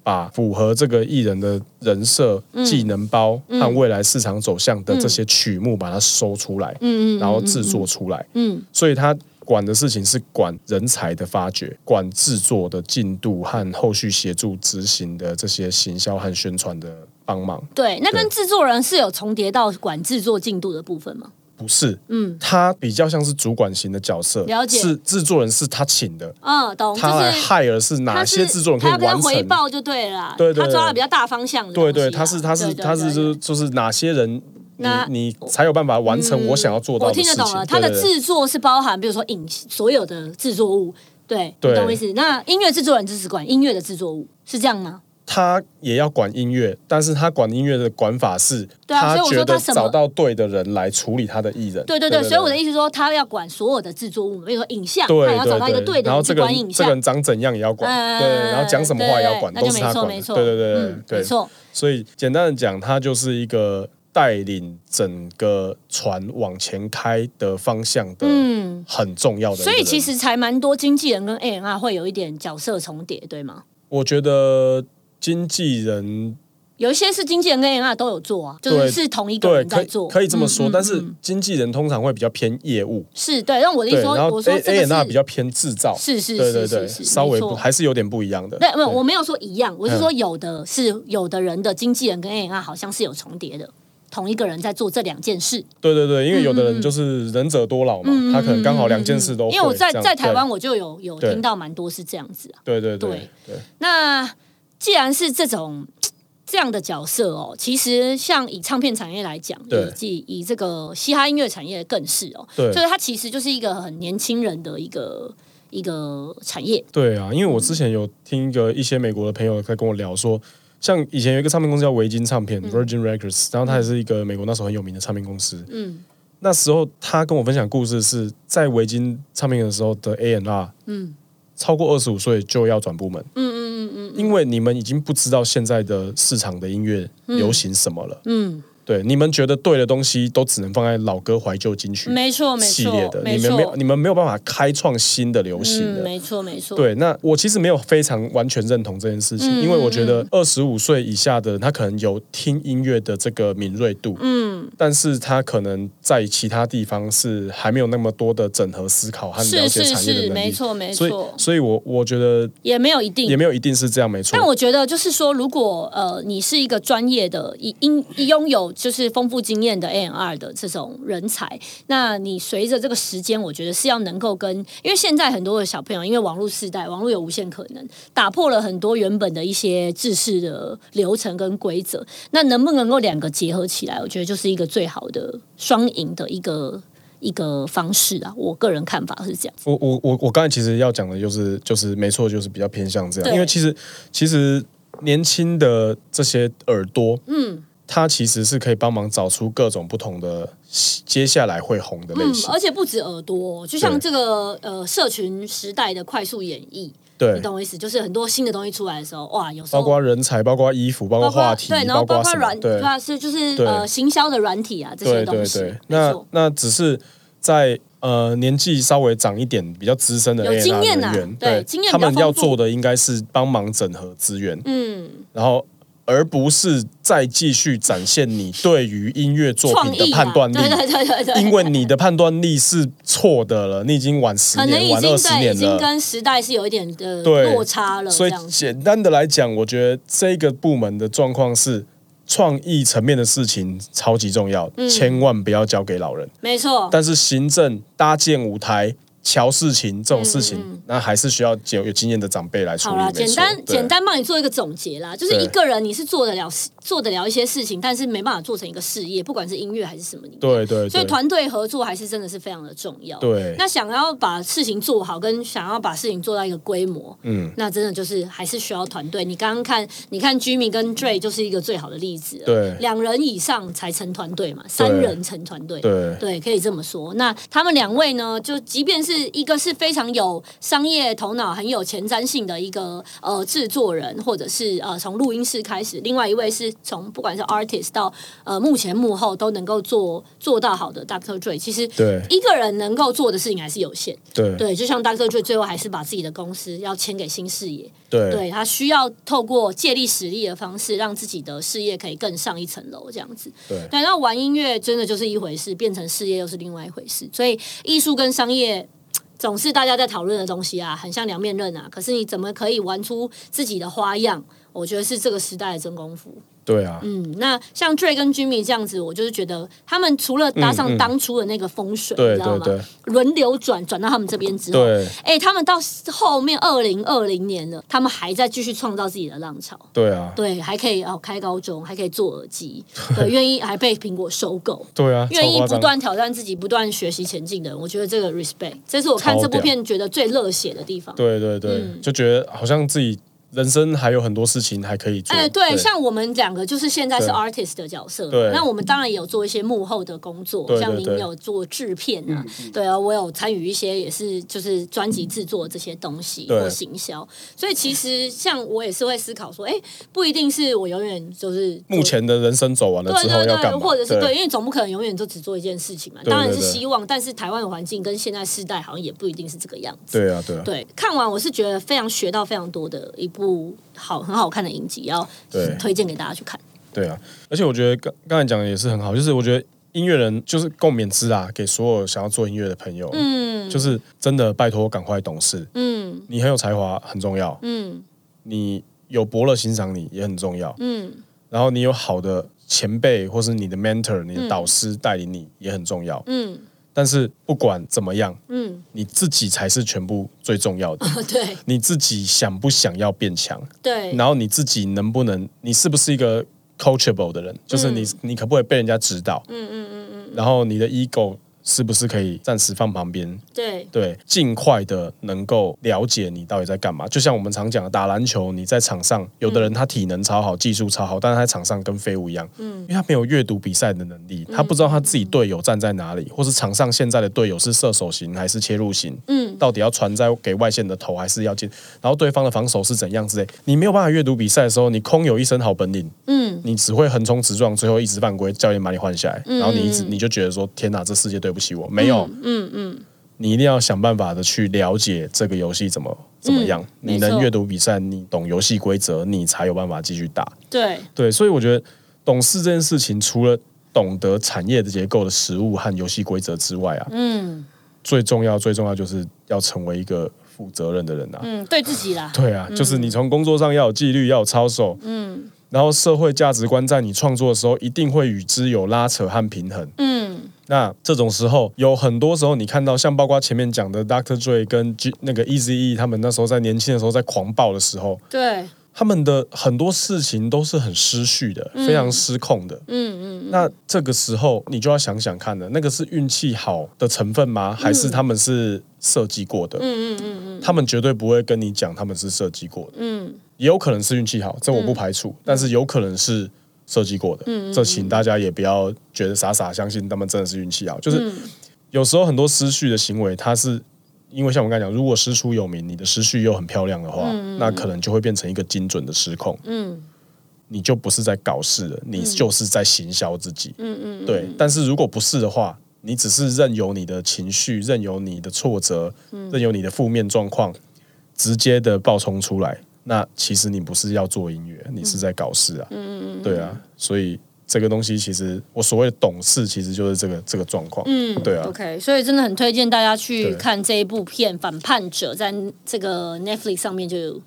把符合这个艺人的人设、技能包嗯和未来市场走向的这些曲目，把它收出来，嗯嗯，然后制作出来，嗯，所以他管的事情是管人才的发掘、管制作的进度和后续协助执行的这些行销和宣传的帮忙。对，那跟对制作人是有重叠到管制作进度的部分吗？不是，嗯，他比较像是主管型的角色，了解是制作人是他请的，嗯，懂，就他来是 hire 是哪他是些制作人可他要以跟他完回成。报就对了啦，对对对他抓了比较大方向的东西对啦。对，他是他是对对他是对就是对就是哪些人你那嗯你才有办法完成我想要做到我的事听得情。懂了，他的对对对制作是包含比如说影所有的制作物，对，你对懂我意思？那音乐制作人只是管音乐的制作物，是这样吗？他也要管音乐，但是他管音乐的管法是，对啊所以我觉说他得什么找到对的人来处理他的艺人。对对对，所以我的意思说，他要管所有的制作物，比如说影像，他对也要找到一个对的然后人去这个管人影这个像人。长怎样也要管，嗯对，然后讲什么话也要管，对对都对是他管那就没的。错，对对对对嗯对，没错，所以简单的讲，他就是一个带领整个船往前开的方向的，嗯很重要的一个所人。以其实才蛮多经纪人跟 A N R 会有一点角色重叠，对吗？我觉得经纪人有一些是经纪人跟 A N R 都有做啊，就是对是同一个对人可在以做，可以这么说，嗯嗯但是经纪人通常会比较偏业务，是对。但我的意对，思说，然后我说 A 这 A 个 N R 是比较偏制造，是是对是对是对，是，稍微没不错还是有点不一样的。对，没有，对嗯我没有说一样，我是说有的是有的人的经纪人跟 A N R 好像是有重叠的，同一个人在做这两件事。对对对，因为有嗯的人就是仁者多劳嘛，他可能刚好两件事都会。因为我在这样在台对湾我就有有对听到蛮多是这样子啊。对对对对对那既然是这种这样的角色哦，其实像以唱片产业来讲，对以及以这个嘻哈音乐产业更是哦，对就是它其实就是一个很年轻人的一个一个产业，对啊！因为我之前有听一个一些美国的朋友在跟我聊说，像以前有一个唱片公司叫维京唱片 （Virgin Records），然后它也是一个美国那时候很有名的唱片公司。嗯那时候他跟我分享故事是在维京唱片的时候的 A N R，嗯超过二十五岁就要转部门，嗯嗯嗯因为你们已经不知道现在的市场的音乐流行什么了。嗯对，你们觉得对的东西都只能放在老歌怀旧金曲嗯，没错没系列错的，没你们没有错，你们没有办法开创新的流行嗯的。没错没错，对，那我其实没有非常完全认同这件事情，嗯因为我觉得二十五岁以下的人，他可能有听音乐的这个敏锐度，嗯但是他可能在其他地方是还没有那么多的整合思考和啊了是解是产业的是，能没力。错没所以错，，所以我我觉得也没有一定也没有一定是这样，没错但。我觉得就是说，如果呃你是一个专业的，以音拥有有就是丰富经验的 ANR 的这种人才，那你随着这个时间，我觉得是要能够跟，因为现在很多的小朋友，因为网络时代，网络有无限可能，打破了很多原本的一些制式的流程跟规则。那能不能够两个结合起来，我觉得就是一个最好的双赢的一个一个方式啊。我个人看法是这样。我我我我刚才其实要讲的就是就是没错，就是比较偏向这样，对因为其实其实年轻的这些耳朵，嗯它其实是可以帮忙找出各种不同的接下来会红的类嗯，型。而且不止耳朵，就像对这个呃社群时代的快速演绎，你对，懂我意思？就是很多新的东西出来的时候，哇，有时候包括人才，包括衣服，包括包括话题，对，然后包括什么软，对对啊，是就是对呃行销的软体啊这些对东对西，对。没那错，那只是在呃年纪稍微长一点、比较资深的有 A&R 经验啊人员，对对经验他比较们要丰富做的应该是帮忙整合资源，嗯，然后而不是再继续展现你对于音乐作创品意的啊判断力。对对对对对，因为你的判断力是错的了，你已经晚十可能年、已晚经二十在已年经了。跟时代是有一点的对落差了，所这以样子，简单的来讲，我觉得这个部门的状况是创意层面的事情超级重要，嗯千万不要交给老人。没错，但是行政搭建舞台、瞧事情这种事情，嗯那还是需要有有经验的长辈来处好理。啦，没错简单对简单帮你做一个总结啦，就是对一个人你是做得了事做得了一些事情，但是没办法做成一个事业，不管是音乐还是什么里面，对对，所以对团队合作还是真的是非常的重要。对那想要把事情做好，跟想要把事情做到一个规模，嗯，那真的就是还是需要团队。你刚刚看，你看 Jimmy 跟 Dray 就是一个最好的例子了，对两人以上才成团队嘛，三人成团队，对对，可以这么说。那他们两位呢，就即便是一个是非常有商业头脑、很有前瞻性的一个呃制作人，或者是呃从录音室开始；另外一位是从不管是 artist 到呃幕前幕后都能够做做到好的 Dr. Dre。其实对一个人能够做的事情还是有限。对对，就像 Dr. Dre 最后还是把自己的公司要签给新视野，对对他需要透过借力使力的方式，让自己的事业可以更上一层楼，这样子。对对，那玩音乐真的就是一回事，变成事业又是另外一回事。所以艺术跟商业总是大家在讨论的东西啊，很像两面刃啊。可是你怎么可以玩出自己的花样？我觉得是这个时代的真功夫。对啊！嗯，那像 Dre 跟 Jimmy 这样子，我就是觉得他们除了搭嗯上嗯当初的那个风水，对你知道对吗？轮流转转到他们这边之后，对哎、他们到后面二零二零年了，他们还在继续创造自己的浪潮。对啊！对，还可以哦，开高中，还可以做 耳机，对，愿意还被苹果收购，对啊！愿超意夸不张。断挑战自己，不断学习前进的人，我觉得这个 respect，这是我看超这部屌片觉得最热血的地方。对对对，嗯就觉得好像自己人生还有很多事情还可以做。哎，对，像我们两个就是现在是对 artist 的角色嘛，对那我们当然也有做一些幕后的工作，对对像您对有做制片啊，对啊，我有参与一些也是就是专辑制作这些东西对或行销，所以其实像我也是会思考说，哎，不一定是我永远就是做目前的人生走完了对之后对要干对，嘛？或者是对，对因为总不可能永远就只做一件事情嘛，对当然是对对希望，但是台湾的环境跟现在世代好像也不一定是这个样子。对啊对啊对，看完我是觉得非常学到非常多的一部好很好看的影集，要对推荐给大家去看。对啊！而且我觉得刚刚才讲的也是很好，就是我觉得音乐人就是共勉之啦，给所有想要做音乐的朋友，嗯就是真的拜托赶快懂事，嗯你很有才华很重要，嗯你有伯乐欣赏你也很重要，嗯然后你有好的前辈或是你的 mentor、你的导师带领你也很重要。嗯 但是不管怎么样，嗯，你自己才是全部最重要 的。对你自己想不想要变强？对然后你自己能不能，你是不是一个 coachable 的人？就是你，你可不可以被人家指导？嗯嗯嗯嗯嗯。然后你的 ego 是不是可以暂时放旁边？对对，尽快的能够了解你到底在干嘛。就像我们常讲的，打篮球，你在场上，有的人他体能超好，技术超好，但是他在场上跟废物一样，嗯，因为他没有阅读比赛的能力，他不知道他自己队友站在哪里，或是场上现在的队友是射手型还是切入型，嗯到底要传在给外线的头还是要进，然后对方的防守是怎样之类，你没有办法阅读比赛的时候，你空有一身好本领，嗯你只会横冲直撞，最后一直犯规，教练把你换下来，然后你一直你就觉得说，天哪，这世界对不起我，没有，嗯嗯你一定要想办法的去了解这个游戏怎么怎么样。嗯没你错能阅读比赛，你懂游戏规则，你才有办法继续打。对对，所以我觉得懂事这件事情，除了懂得产业的结构的实物和游戏规则之外啊，嗯最重要最重要就是要成为一个负责任的人啊。嗯对自己啦，对啊，就是你从工作上要有纪律，要有操守，嗯然后社会价值观在你创作的时候一定会与之有拉扯和平衡。嗯，那这种时候，有很多时候你看到，像包括前面讲的 Dr. Dre 跟 G, 那个 Eazy-E 他们那时候在年轻的时候在狂暴的时候，对，他们的很多事情都是很失序的，非常失控的。嗯嗯嗯，那这个时候你就要想想看了，那个是运气好的成分吗？还是他们是设计过的？嗯嗯嗯嗯他们绝对不会跟你讲他们是设计过的，嗯也有可能是运气好，这我不排除，但是有可能是设计过的。嗯这请大家也不要觉得傻傻相信他们真的是运气好，就是。嗯有时候很多思绪的行为，它是因为像我刚才讲，如果师出有名，你的思绪又很漂亮的话，那可能就会变成一个精准的失控，嗯你就不是在搞事了，你就是在行销自己。嗯嗯，对，但是如果不是的话，你只是任由你的情绪，任由你的挫折，嗯任由你的负面状况直接的爆冲出来，那其实你不是要做音嗯乐，你是在搞事啊。嗯嗯对啊，所以这个东西其实我所谓的懂事，其实就是这个这个状况。嗯，对啊 OK，所以真的很推荐大家去对看这一部片《反叛者》，在这个 Netflix 上面就有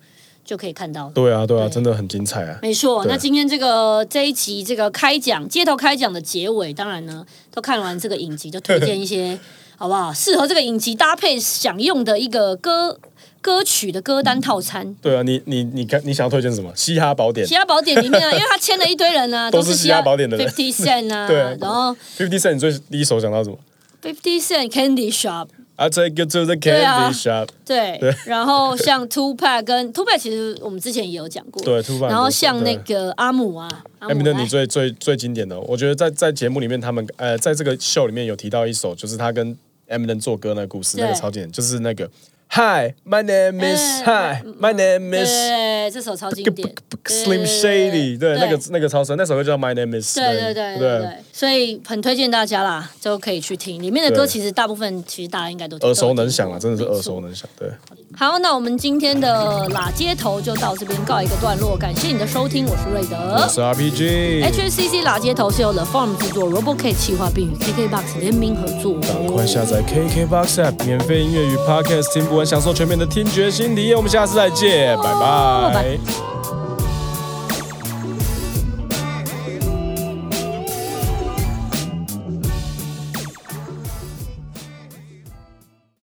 就可以看到了。对啊，对啊，对真的很精彩啊！没错，对那今天这个这一集这个开讲街头开讲的结尾，当然呢，都看完这个影集，就推荐 一些好不好？适合这个影集搭配享用的一个歌歌曲的歌单套餐。对啊，你你你看，你想要推荐什么？嘻哈宝典嘻哈宝典里面啊，因为他签了一堆人 啊，都是是嘻哈宝典的人 Fifty Cent 啊， 对啊然后，Fifty Cent，你最第一首想到什么 Fifty Cent Candy Shop， ？I take you to the 啊 candy shop。对， 对然后像 Two Pac 跟 Two Pac 其实我们之前也有讲过，对，Tupac 很然后多像那对个阿姆啊，阿哎，姆那来你最最最经典的，我觉得在在节目里面，他们呃，在这个秀里面有提到一首，就是他跟 Eminem 做歌那个故事，对那个超经典，就是那个 Hi, my name is 哎 Hi, my name 对 is 对，对这首超经典 Slim Shady，对，那个那个超神，那首歌叫 My name is，对对对对对对，所以很推荐大家啦，都可以去听里面的歌。对其实大部分其实大家应该都耳熟能详了，啊，真的是没错耳熟能详，对。好，那我们今天的拉街头就到这边告一个段落，感谢你的收听，我是瑞我德。是 RPG， HCC 拉街头是由 The Form 制作，Robo K 企划并与 KKBox 联名合作。赶快下载 KKBOX app，免费音乐与 podcast 听不完，享受全面的听觉新体验。我们下次再见，拜拜拜。拜